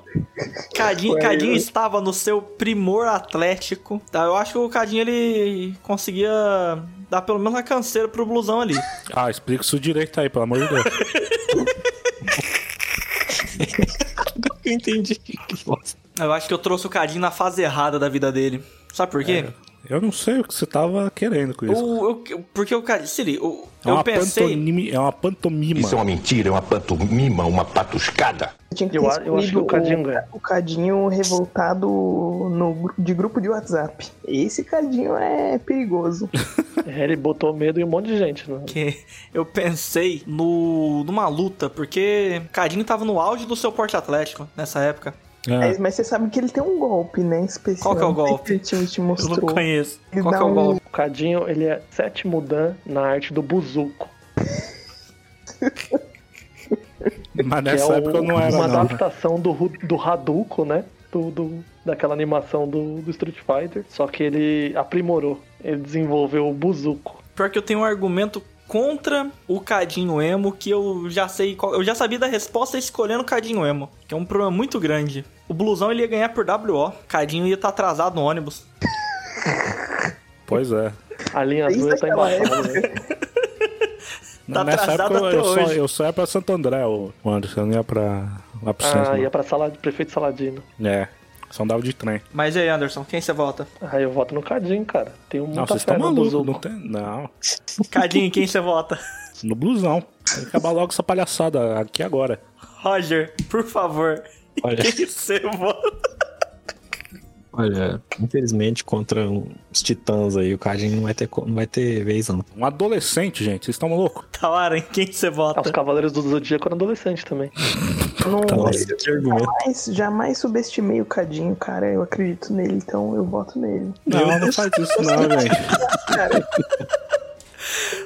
Speaker 2: Cadinho, Cadinho estava no seu primor atlético. tá? Eu acho que o Cadinho ele conseguia dar pelo menos uma canseira pro blusão ali.
Speaker 5: Ah, explica isso direito aí, pelo amor de Deus.
Speaker 4: Eu entendi. Que tá bosta.
Speaker 2: Eu acho que eu trouxe o Cadinho na fase errada da vida dele. Sabe por quê?
Speaker 5: Eu não sei o que você tava querendo com É, isso.
Speaker 2: O- eu- porque o Cadinho. Se liga, o-
Speaker 5: É uma,
Speaker 2: eu pensei.
Speaker 5: pantonime- é uma pantomima.
Speaker 8: Isso é uma mentira, é uma pantomima, uma patuscada.
Speaker 1: Tinha que
Speaker 3: Eu
Speaker 1: ter
Speaker 3: a- eu acho que o
Speaker 1: escolhido
Speaker 3: Cadinho ganha.
Speaker 1: o Cadinho revoltado no, gru- de grupo de WhatsApp. Esse Cadinho é perigoso.
Speaker 3: (laughs) É, ele botou medo em um monte de gente, né?
Speaker 2: que (laughs) eu pensei no, numa luta, porque o Cadinho tava no auge do seu porte atlético nessa época.
Speaker 5: É.
Speaker 1: Mas, mas você sabe que ele tem um golpe, né? Especial.
Speaker 2: Qual que é o golpe?
Speaker 1: Que ele te, te mostrou.
Speaker 2: conheço.
Speaker 1: Ele
Speaker 2: Qual que
Speaker 1: dá
Speaker 2: é o
Speaker 1: um-
Speaker 2: golpe?
Speaker 3: O Cadinho, ele é sétimo dan na arte do buzuco.
Speaker 5: Mas
Speaker 3: que
Speaker 5: nessa
Speaker 3: é o-
Speaker 5: época eu não era,
Speaker 3: uma
Speaker 5: não.
Speaker 3: adaptação do, Ru- do Hadouken, né? Do, do- daquela animação do, do Street Fighter. Só que ele aprimorou. Ele desenvolveu o buzuco.
Speaker 2: Pior que eu tenho um argumento contra o Cadinho Emo, que eu já sei qual. Eu já sabia da resposta escolhendo o Cadinho Emo, que é um problema muito grande. O blusão ele ia ganhar por WO, Cadinho ia estar atrasado no ônibus.
Speaker 5: Pois é.
Speaker 3: A linha azul
Speaker 1: Desde
Speaker 3: tá
Speaker 1: aquela
Speaker 3: embaixo. Né?
Speaker 2: Tá
Speaker 5: nessa
Speaker 2: atrasado
Speaker 5: época eu,
Speaker 2: até
Speaker 5: eu só,
Speaker 2: hoje.
Speaker 5: eu só ia pra Santo André, o o Anderson. Eu não ia pra, lá pro centro.
Speaker 3: Ah,
Speaker 5: não.
Speaker 3: ia pra sala, prefeito Saladino.
Speaker 5: É. Só andava de trem.
Speaker 2: Mas e aí, Anderson, quem você vota?
Speaker 3: Ah, eu voto no Cadinho, cara. Tem muita
Speaker 5: não, vocês
Speaker 3: fé
Speaker 5: estão
Speaker 3: tá no
Speaker 5: malucos.
Speaker 3: Buzuco.
Speaker 5: Não, tem... não.
Speaker 2: Cadinho, quem você vota? (laughs)
Speaker 5: No blusão. Tem que acabar logo essa palhaçada aqui agora.
Speaker 2: Roger, por favor.
Speaker 4: Olha.
Speaker 2: Quem você vota?
Speaker 4: Olha, infelizmente, contra um- os titãs aí, o Cadinho não vai ter, co- não vai ter vez, não.
Speaker 5: Um adolescente, gente. Vocês estão malucos?
Speaker 2: Tawaran, quem você
Speaker 3: Ah, os
Speaker 2: vota?
Speaker 3: Cavaleiros do Zodíaco eram adolescentes também.
Speaker 1: Não,
Speaker 4: Tá nossa, que argumento.
Speaker 1: jamais, jamais subestimei o Cadinho, cara. Eu acredito nele, então eu voto nele.
Speaker 5: Não, não faz isso não, gente.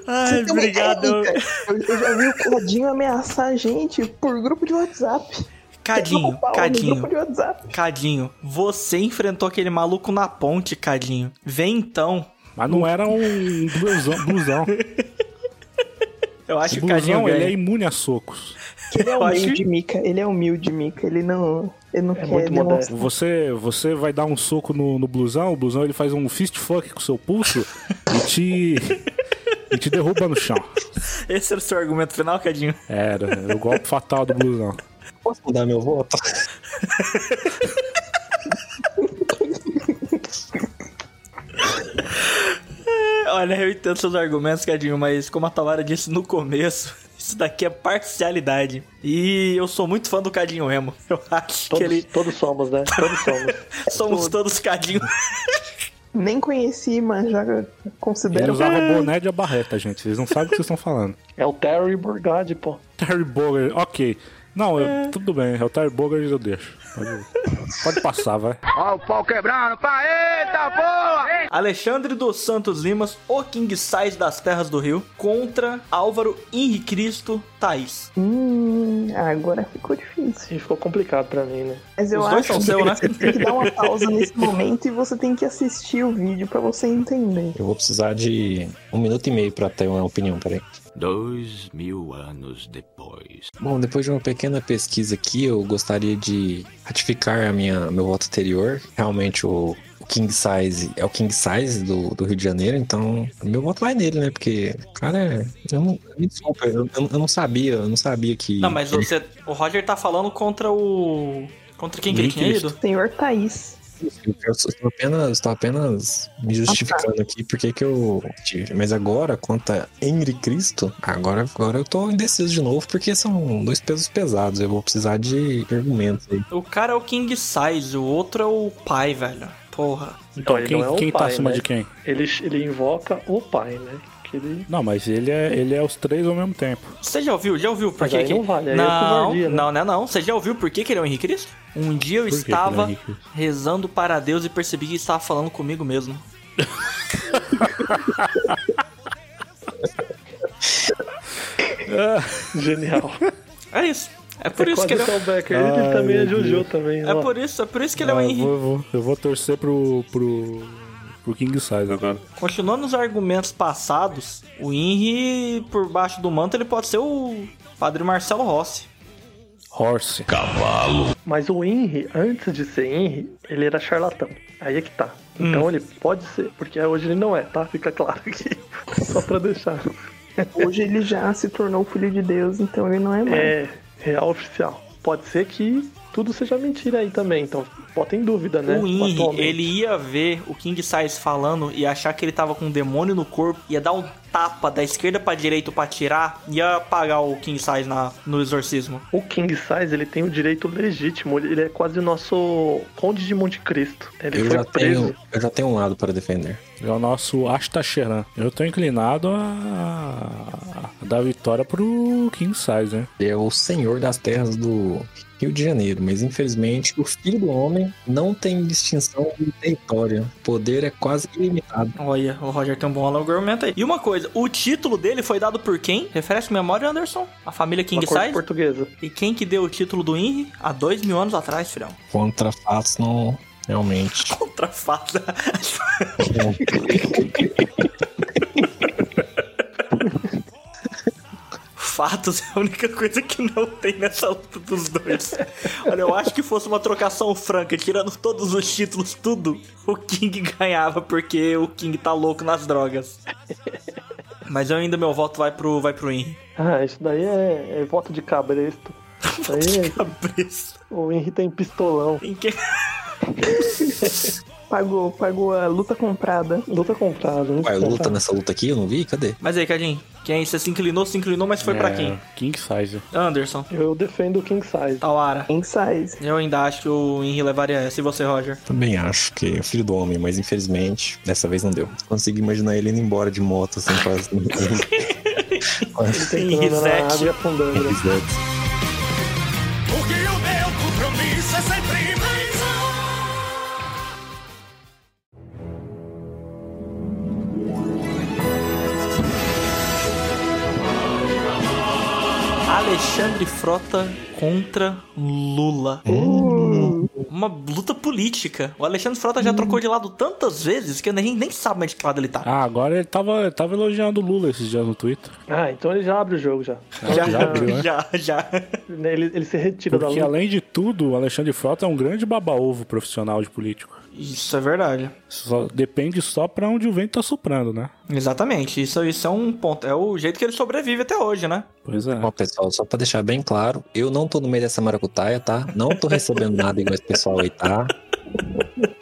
Speaker 2: Ai,
Speaker 1: Tem uma
Speaker 2: obrigado.
Speaker 1: ideia, cara. Então, é, Eu, eu já vi o Cadinho ameaçar a gente por grupo de WhatsApp. Pegou
Speaker 2: Cadinho,
Speaker 1: o pau no
Speaker 2: Cadinho.
Speaker 1: Grupo de WhatsApp.
Speaker 2: Cadinho, você enfrentou aquele maluco na ponte, Cadinho. Vem então.
Speaker 5: Mas não era um blusão. blusão.
Speaker 2: Eu acho que o Cadinho
Speaker 5: blusão,
Speaker 2: ganha.
Speaker 5: ele é imune a socos.
Speaker 1: Ele é
Speaker 2: Eu acho
Speaker 1: humilde, Mica. Ele é humilde, Mica. Ele não, ele não
Speaker 3: É
Speaker 1: quer
Speaker 3: muito
Speaker 1: demonstrar.
Speaker 3: modesto.
Speaker 5: Você, você vai dar um soco no, no blusão, o blusão ele faz um fist fuck com o seu pulso e te. e te derruba no chão.
Speaker 2: Esse era o seu argumento final, Cadinho? (laughs)
Speaker 5: Era, era o golpe fatal do blusão.
Speaker 4: Posso mudar meu voto?
Speaker 2: É, Olha, eu entendo seus argumentos, Cadinho, mas como a Tavara disse no começo, (laughs) isso daqui é parcialidade. E eu sou muito fã do Cadinho Emo. Eu acho
Speaker 3: Todos,
Speaker 2: que ele...
Speaker 3: todos somos, né? Todos somos.
Speaker 5: (laughs)
Speaker 2: Somos todos
Speaker 1: (laughs)
Speaker 2: Cadinho.
Speaker 1: Nem conheci, mas já
Speaker 5: Ele
Speaker 1: considero.
Speaker 5: usava boné de barreta, gente. Vocês não sabem o que vocês estão falando.
Speaker 3: É o Terry Burgade, pô.
Speaker 5: Terry Bogard, ok. Não, eu- tudo bem. É o Terry Bogard, eu deixo. Pode, pode passar, vai.
Speaker 6: Ó o pau quebrando, pá, eita porra!
Speaker 2: Alexandre dos Santos Limas, o King Size das Terras do Rio, contra Álvaro Henri Cristo Thaís.
Speaker 1: Hum, agora ficou difícil.
Speaker 3: E ficou complicado pra mim, né?
Speaker 1: Mas eu
Speaker 2: Os dois
Speaker 1: acho
Speaker 2: são
Speaker 1: que é
Speaker 2: seu, né?
Speaker 1: você tem que dar uma pausa nesse momento e você tem que assistir o vídeo pra você entender.
Speaker 4: Eu vou precisar de um minuto e meio pra ter uma opinião, peraí.
Speaker 11: Dois mil anos depois.
Speaker 4: Bom, depois de uma pequena pesquisa aqui, eu gostaria de ratificar a minha, meu voto anterior. Realmente o, o King Size é o King Size do, do Rio de Janeiro, então meu voto vai nele, né? Porque, cara, eu não, me desculpa, eu, eu- eu não sabia, eu não sabia que.
Speaker 2: Não, mas
Speaker 4: ele-
Speaker 2: você, o Roger tá falando contra o... Contra quem que ele
Speaker 5: Henri
Speaker 2: tinha
Speaker 5: Cristo.
Speaker 2: ido?
Speaker 1: Senhor Thaís.
Speaker 4: Eu estou apenas, estou apenas me justificando aqui porque que eu tive. Mas agora, quanto a Henry Cristo, agora, agora eu tô indeciso de novo porque são dois pesos pesados. Eu vou precisar de argumentos aí.
Speaker 2: O cara é o King Size, o outro é o pai, velho. Porra.
Speaker 3: Então,
Speaker 5: Então,
Speaker 3: ele
Speaker 5: quem,
Speaker 3: não é o
Speaker 5: quem tá
Speaker 3: pai,
Speaker 5: acima
Speaker 3: né?
Speaker 5: de quem?
Speaker 3: Ele, ele invoca o pai, né? Que ele
Speaker 5: Não, mas ele é, ele é os três ao mesmo tempo.
Speaker 2: Você já ouviu? Já ouviu por
Speaker 3: Mas
Speaker 2: que
Speaker 3: aí
Speaker 2: que...
Speaker 3: não vale, aí é
Speaker 2: não,
Speaker 3: covardia, né?
Speaker 2: não, não, é não. Você já ouviu por que que ele é o Henrique Cristo? Um dia eu
Speaker 5: que que ele é o
Speaker 2: estava
Speaker 5: Henrique Cristo?
Speaker 2: rezando para Deus e percebi que estava falando comigo mesmo.
Speaker 3: Genial.
Speaker 2: É isso. É por
Speaker 3: é
Speaker 2: isso
Speaker 3: quase
Speaker 2: que ele é...
Speaker 3: o Becker. Ele
Speaker 5: Ai,
Speaker 3: também é
Speaker 5: meu
Speaker 3: Jojo também.
Speaker 2: É
Speaker 3: ó.
Speaker 2: por isso, é por isso que ele é o
Speaker 5: Ah,
Speaker 2: Henrique.
Speaker 5: vou- vou- eu vou torcer pro, pro, pro King Size agora.
Speaker 2: Continuando os argumentos passados, o Henry, por baixo do manto, ele pode ser o Padre Marcelo Rossi.
Speaker 5: Horse.
Speaker 3: Mas o Henry, antes de ser Henry, ele era charlatão. Aí é que tá. Então
Speaker 2: Hum.
Speaker 3: ele pode ser, porque hoje ele não é, tá? Fica claro aqui. (laughs) Só pra deixar.
Speaker 1: Hoje ele já se tornou filho de Deus, então ele não é mais.
Speaker 3: É real oficial. Pode ser que tudo seja mentira aí também. Então, bota em dúvida, né?
Speaker 2: O Henry,
Speaker 3: atualmente.
Speaker 2: ele ia ver o King Size falando e achar que ele tava com um demônio no corpo, ia dar um tapa da esquerda pra direita pra tirar, ia apagar o King Size na, no exorcismo.
Speaker 3: O King Size, ele tem o direito legítimo. Ele ele é quase o nosso Conde de Monte Cristo. Ele
Speaker 4: Eu
Speaker 3: foi
Speaker 4: já,
Speaker 3: preso.
Speaker 4: tenho, eu já tenho um lado para defender.
Speaker 5: É o nosso Ashtacheran. Eu tô inclinado a, a dar vitória pro King Size, né?
Speaker 4: Ele é o senhor das terras do Rio de Janeiro, mas infelizmente o filho do homem não tem distinção de território. O poder é quase ilimitado.
Speaker 2: Olha, o Roger tem um bom argumento aí. E uma coisa, o título dele foi dado por quem? Refresca a memória, Anderson? A família King
Speaker 3: Uma corte
Speaker 2: Size?
Speaker 3: portuguesa.
Speaker 2: E quem que deu o título do Henry? Há dois mil anos atrás, filhão.
Speaker 4: Contra fatos não. Realmente.
Speaker 2: Outra fada. Fatos é a única coisa que não tem nessa luta dos dois. Olha, eu acho que fosse uma trocação franca, tirando todos os títulos, tudo, o King ganhava, porque o King tá louco nas drogas. Mas eu ainda meu voto vai pro, vai pro Henry.
Speaker 3: Ah, isso daí é, é voto
Speaker 2: (laughs)
Speaker 3: de cabresto. Isso daí é... O Henry tem pistolão.
Speaker 1: Pagou, pagou a luta comprada.
Speaker 3: Luta comprada.
Speaker 4: Ué, luta nessa luta aqui, eu não vi? Cadê?
Speaker 2: Mas aí, Cadinho, quem é você se inclinou, se inclinou, mas foi
Speaker 5: É.
Speaker 2: pra quem?
Speaker 5: King Size.
Speaker 2: Anderson.
Speaker 3: tá? Eu defendo o King Size.
Speaker 2: Tawara.
Speaker 1: King Size.
Speaker 2: Eu ainda acho que o Henry levaria essa. E você, Roger?
Speaker 4: Também acho que é o filho do homem, mas infelizmente dessa vez não deu. Consegui imaginar ele indo embora de moto, assim, quase.
Speaker 3: Ele tem que andar na água e afundando. né?
Speaker 6: Porque o meu compromisso é sempre mais
Speaker 2: Alexandre Frota contra Lula. Uh. Uma luta política. O Alexandre Frota já trocou de lado tantas vezes que a gente nem sabe mais de que lado ele tá.
Speaker 5: Ah, agora ele tava, ele tava elogiando o Lula esses dias no Twitter.
Speaker 3: Ah, então ele já abre o jogo já. Então
Speaker 5: (laughs) já abriu, né?
Speaker 2: Já, já.
Speaker 3: né, Ele, ele se retira
Speaker 5: Porque
Speaker 3: da luta.
Speaker 5: além de tudo, o Alexandre Frota é um grande baba-ovo profissional de político.
Speaker 2: Isso é verdade.
Speaker 5: Só- depende só pra onde o vento tá soprando, né?
Speaker 2: Exatamente. Isso, isso é um ponto. É o jeito que ele sobrevive até hoje, né?
Speaker 5: Pois é.
Speaker 4: Ó, pessoal, só pra deixar bem claro, eu não tô no meio dessa maracutaia, tá? Não tô recebendo nada igual esse pessoal aí, tá?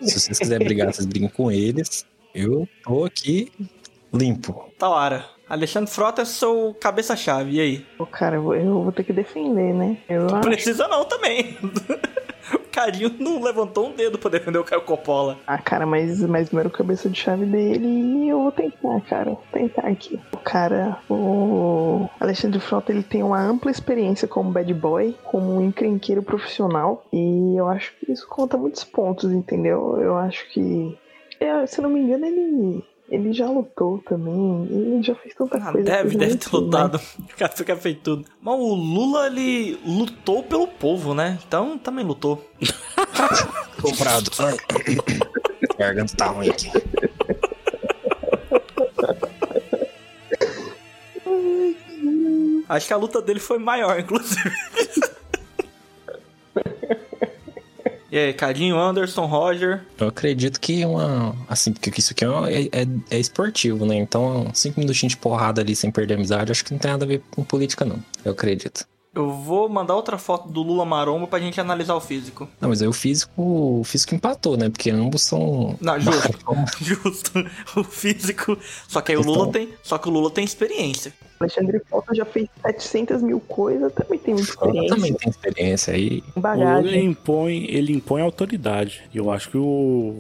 Speaker 4: Se vocês quiserem brigar, vocês briguem com eles. Eu tô aqui limpo.
Speaker 2: Tawara. Tá, Alexandre Frota é seu cabeça-chave. E aí?
Speaker 1: Ô, cara, eu vou- eu vou ter que defender, né? Eu
Speaker 2: Não
Speaker 1: acho.
Speaker 2: precisa não também. (laughs) o carinho não levantou um dedo pra defender o Caio Coppola.
Speaker 1: Ah, cara, mas, mas não era o cabeça de chave dele e eu vou tentar, cara. Vou tentar aqui. O cara, o Alexandre Frota, ele tem uma ampla experiência como bad boy, como um encrenqueiro profissional. E eu acho que isso conta muitos pontos, entendeu? Eu acho que. é, se não me engano, ele. Ele já lutou também, ele já fez tanta
Speaker 2: Ah,
Speaker 1: Tá coisa.
Speaker 2: deve,
Speaker 1: que eu
Speaker 2: deve
Speaker 1: nem
Speaker 2: ter
Speaker 1: sei, né?
Speaker 2: lutado. (laughs) O cara fica feito tudo. Mas o Lula, ele lutou pelo povo, né? Então também lutou.
Speaker 4: Comprado. Garganta tá ruim aqui.
Speaker 2: Acho que a luta dele foi maior, (laughs) inclusive. E aí, Cadinho, Anderson, Roger.
Speaker 4: Eu acredito que uma. Assim, porque isso aqui é, uma- é, é- é esportivo, né? Então, cinco minutinhos de porrada ali sem perder a amizade, acho que não tem nada a ver com política, não. Eu acredito.
Speaker 2: Eu vou mandar outra foto do Lula Maromba pra gente analisar o físico.
Speaker 4: Não, mas aí o físico. O físico empatou, né? Porque ambos são.
Speaker 2: Não, justo. (laughs) justo. O físico. Só que aí o Lula tem. Só que o Lula tem experiência.
Speaker 1: Alexandre Frota já fez 700 mil coisas, também tem muita
Speaker 4: Ela também
Speaker 1: experiência,
Speaker 4: tem experiência aí.
Speaker 5: O Lula
Speaker 1: bagagem.
Speaker 5: impõe, ele impõe autoridade. E eu acho que o,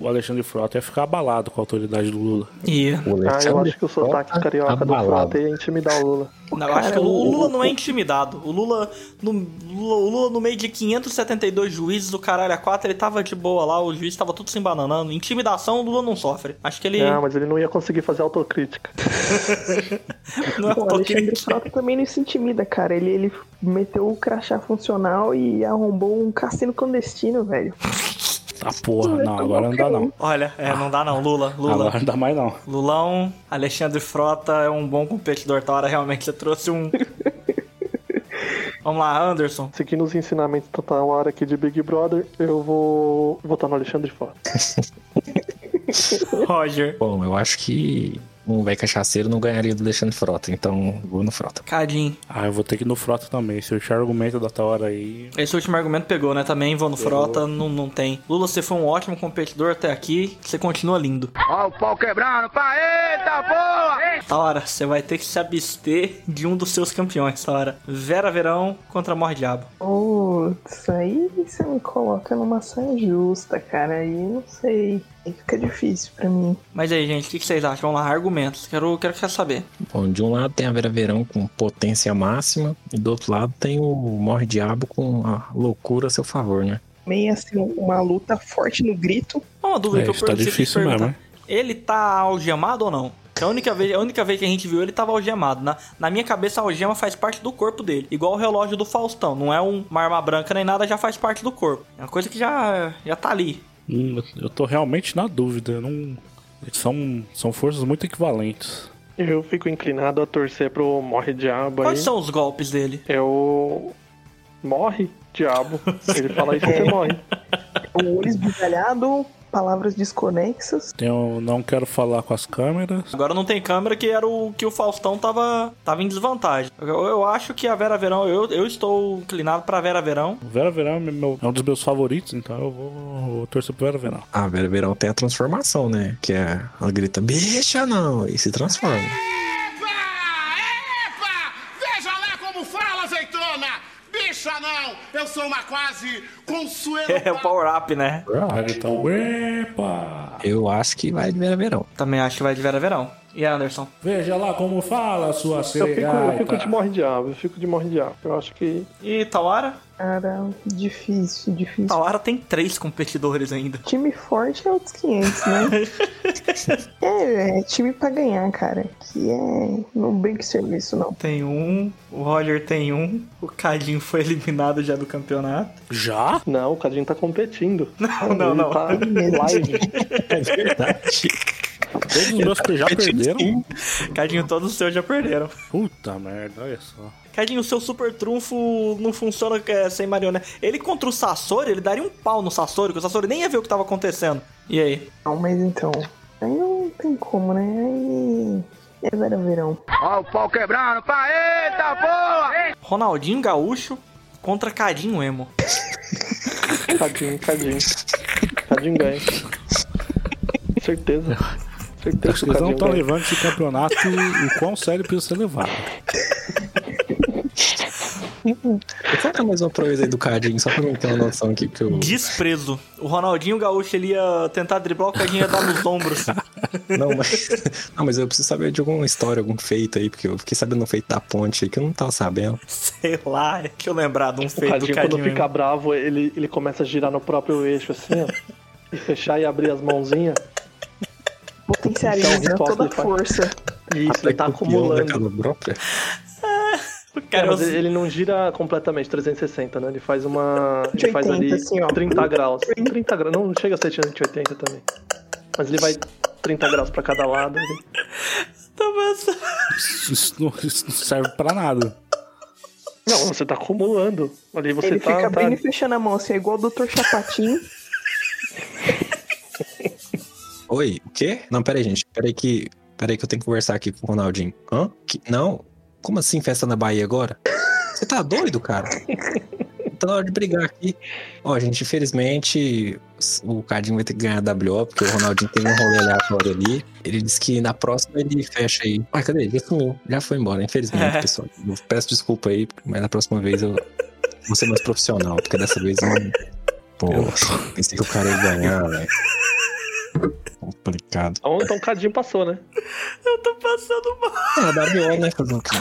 Speaker 5: o Alexandre Frota ia ficar abalado com a autoridade do Lula.
Speaker 2: E.
Speaker 4: O
Speaker 3: Ah, eu
Speaker 4: Alexandre
Speaker 3: acho que o sotaque
Speaker 4: Frota tá
Speaker 3: carioca do
Speaker 4: abalado.
Speaker 3: Frota é- ia intimidar o Lula.
Speaker 2: Não, eu acho
Speaker 1: Cara,
Speaker 2: que o,
Speaker 1: o-
Speaker 2: o Lula não é intimidado. O Lula no, Lula, o Lula, no meio de 572 juízes do caralho a 4, ele tava de boa lá, o juiz tava tudo se embananando. Intimidação, o Lula não sofre. Acho que ele
Speaker 3: Ah, mas ele não ia conseguir fazer autocrítica.
Speaker 2: não é
Speaker 1: Pô, o Alexandre
Speaker 2: autocrítico.
Speaker 1: Frota também não se intimida, cara. Ele, ele meteu o crachá funcional e arrombou um cassino clandestino, velho.
Speaker 5: Tá porra, não, agora não dá não.
Speaker 2: Olha, é, não dá não,
Speaker 1: Ah,
Speaker 2: Lula, Lula.
Speaker 5: Agora não dá mais não.
Speaker 2: Lulão, Alexandre Frota é um bom competidor, Tora, realmente, você trouxe um... Vamos lá, Anderson.
Speaker 3: Seguindo os ensinamentos da Tawara aqui de Big Brother, eu vou votar no Alexandre Frota.
Speaker 2: Roger.
Speaker 4: Bom, eu acho que. um velho cachaceiro não ganharia do Alexandre Frota, então vou no Frota.
Speaker 2: Cadinho.
Speaker 5: Ah, eu vou ter que ir no Frota também. Se eu achar argumento da outra hora aí.
Speaker 2: Esse último argumento pegou, né? Também vou no Frota, não, não tem. Lula, você foi um ótimo competidor até aqui, você continua lindo.
Speaker 6: Ó, o pau quebrando, pá, eita porra!
Speaker 2: Taora, você vai ter que se abster de um dos seus campeões, Taora. Vera Verão contra Mor Diabo.
Speaker 1: Putz, aí você me coloca numa saia justa, cara. Aí eu não sei. Aí fica difícil pra mim.
Speaker 2: Mas aí, gente, o que que vocês acham? Vamos lá, argumentos. Quero, quero, quero saber.
Speaker 4: Bom, de um lado tem a Vera Verão com potência máxima, e do outro lado tem o Mor Diabo com a loucura a seu favor, né?
Speaker 1: Meio assim, uma luta forte no grito.
Speaker 2: Ó, Uma dúvida
Speaker 5: É,
Speaker 2: que eu
Speaker 5: isso tá
Speaker 2: perguntei pra
Speaker 5: difícil
Speaker 2: perguntar.
Speaker 5: mesmo,
Speaker 2: Ele tá algemado ou não? Que A única, vez, a única vez que a gente viu ele tava algemado. Na, na minha cabeça, a algema faz parte do corpo dele. Igual o relógio do Faustão. Não é um- uma arma branca nem nada, já faz parte do corpo. É uma coisa que já, já tá ali.
Speaker 5: Hum, eu tô realmente na dúvida. eu Não... São, são forças muito equivalentes.
Speaker 3: Eu fico inclinado a torcer pro Morre Diabo aí.
Speaker 2: Quais são os golpes dele?
Speaker 3: É o. Morre, diabo. Se ele falar isso, você morre.
Speaker 1: O olho esbugalhado, palavras desconexas.
Speaker 5: Tem o Não Quero Falar com as Câmeras.
Speaker 2: Agora não tem câmera, que era o que o Faustão tava, tava em desvantagem. Eu, eu acho que a Vera Verão, eu, eu estou inclinado pra Vera Verão. (laughs)
Speaker 5: O Vera Verão é, meu- é um dos meus favoritos, então eu vou, vou torcer pro Vera Verão.
Speaker 4: A Vera Ah, Verão tem a transformação, né? Que é, ela grita, bicha não, e se transforma.
Speaker 8: Veja lá como fala, azeitona! Bicha não! Eu sou uma quase consuelo.
Speaker 2: (laughs) É o power up, né?
Speaker 3: Ah,
Speaker 5: Ela grita, então,
Speaker 3: então-
Speaker 5: epa!
Speaker 4: Eu acho que vai de Vera Verão.
Speaker 2: Também acho que vai de Vera Verão. E Anderson?
Speaker 5: Veja lá como fala, sua
Speaker 3: Eu fico, eu
Speaker 5: ceregaita.
Speaker 3: fico de Morre Diabo, eu fico de Morre Diabo. Eu acho que.
Speaker 2: E Tawara?
Speaker 1: Cara, difícil, difícil.
Speaker 2: Tawara tem três competidores ainda.
Speaker 1: Time forte é outros 500, né? é, é time pra ganhar, cara. Que é. Não brinque serviço, não.
Speaker 2: Tem um, o Roger tem um, o Cadinho foi eliminado já do campeonato.
Speaker 5: Já?
Speaker 3: Não, o Cadinho tá competindo.
Speaker 2: (laughs) Não, não, não.
Speaker 3: Tá live.
Speaker 4: É (laughs) verdade.
Speaker 5: Todos os meus
Speaker 3: (laughs)
Speaker 5: que já
Speaker 3: É tipo
Speaker 5: perderam.
Speaker 2: Cadinho, todos os seus já perderam.
Speaker 5: Puta merda, olha só.
Speaker 2: Cadinho, o seu super trunfo não funciona é, sem marionete. Ele contra o Sassori, ele daria um pau no Sassori, porque o Sassori nem ia ver o que tava acontecendo. E aí?
Speaker 1: Não, mas então. Aí não tem como, né? Aí. É verão, verão.
Speaker 6: Ó, o pau quebrando, pá, eita porra!
Speaker 2: Ronaldinho Gaúcho contra Cadinho Emo.
Speaker 3: Cadinho, Cadinho. Cadinho ganha. Certeza. Certeza que
Speaker 5: Vocês
Speaker 3: o
Speaker 5: não
Speaker 3: Cadinho
Speaker 5: estão
Speaker 3: ganha.
Speaker 5: levando esse campeonato o quão sério precisa ser levado.
Speaker 4: Conta mais uma proeza aí do Cadinho, só pra mim ter uma noção
Speaker 2: (laughs)
Speaker 4: aqui que eu.
Speaker 2: Desprezo. O Ronaldinho Gaúcho ele ia tentar driblar, o Cadinho ia dar nos
Speaker 3: (laughs)
Speaker 2: ombros. (laughs)
Speaker 4: Não, mas. (laughs) Não, mas eu preciso saber de alguma história, algum feito aí, porque eu fiquei sabendo um feito da ponte aí que eu não tava sabendo.
Speaker 2: Sei lá, é que eu lembrar de um
Speaker 3: O
Speaker 2: feito do
Speaker 3: Cadinho,
Speaker 2: Cadinho
Speaker 3: quando
Speaker 2: Emo.
Speaker 3: fica bravo, ele, ele começa a girar no próprio eixo assim, ó. E fechar e abrir as mãozinhas.
Speaker 1: Potencializa
Speaker 3: Então,
Speaker 1: toda a
Speaker 3: resposta,
Speaker 1: força.
Speaker 3: E isso, ele tá acumulando.
Speaker 4: Daquela própria.
Speaker 2: O
Speaker 3: É,
Speaker 2: cara
Speaker 3: mas ele não gira completamente 360, né? Ele faz uma. Ele faz
Speaker 1: 180,
Speaker 3: ali
Speaker 1: assim, ó.
Speaker 3: 30 graus. 30 graus. Não chega a ser 180 também. Mas ele vai 30 graus pra cada lado. ele-
Speaker 2: tá avançando.
Speaker 5: Isso, isso não, isso não serve pra nada.
Speaker 3: Não, você tá acumulando. Ali você
Speaker 1: Ele
Speaker 3: tá.
Speaker 1: fica
Speaker 3: tá-
Speaker 1: abrindo e fechando a mão, assim, é igual o Dr.
Speaker 3: (laughs)
Speaker 1: Chapatinho.
Speaker 4: Oi, o quê? Não, peraí, gente. Peraí que. Peraí que eu tenho que conversar aqui com o Ronaldinho. Hã? Que- Não? Como assim festa na Bahia agora? Você tá doido, cara? Tá na hora de brigar aqui. Ó, gente, infelizmente o Cadinho vai ter que ganhar a WO, porque o Ronaldinho tem um rolê aleatório ali. Ele disse que na próxima ele fecha aí. Ah, cadê? Ele Já sumiu. Já foi embora, infelizmente,
Speaker 2: É.
Speaker 4: pessoal. Eu peço desculpa aí, mas na próxima vez eu vou ser mais profissional, porque dessa vez eu não. Pô, pensei que o cara ia ganhar, velho. Complicado.
Speaker 3: Então, então o Cadinho passou, né?
Speaker 2: Eu tô passando mal.
Speaker 4: É, a WO, né, fazer o quê?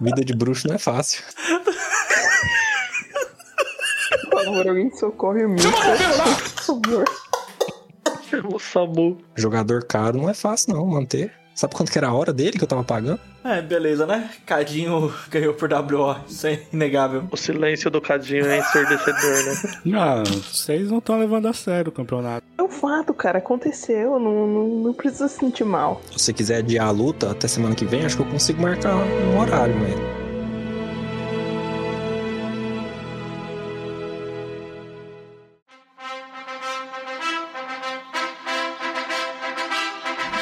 Speaker 4: Vida de bruxo não é fácil.
Speaker 1: Por favor, alguém socorre o Mika. Por favor.
Speaker 3: O Samu.
Speaker 4: Jogador caro não é fácil, não, manter. Sabe quanto que era a hora dele que eu tava pagando?
Speaker 2: É, beleza, né? Cadinho (laughs) ganhou por WO, isso é inegável.
Speaker 3: O silêncio do Cadinho é ensurdecedor, né?
Speaker 5: Ah, vocês não estão levando a sério o campeonato.
Speaker 1: É um fato, cara. Aconteceu. Não, não, não precisa se sentir mal.
Speaker 4: Se você quiser adiar a luta até semana que vem, acho que eu consigo marcar um horário, mas.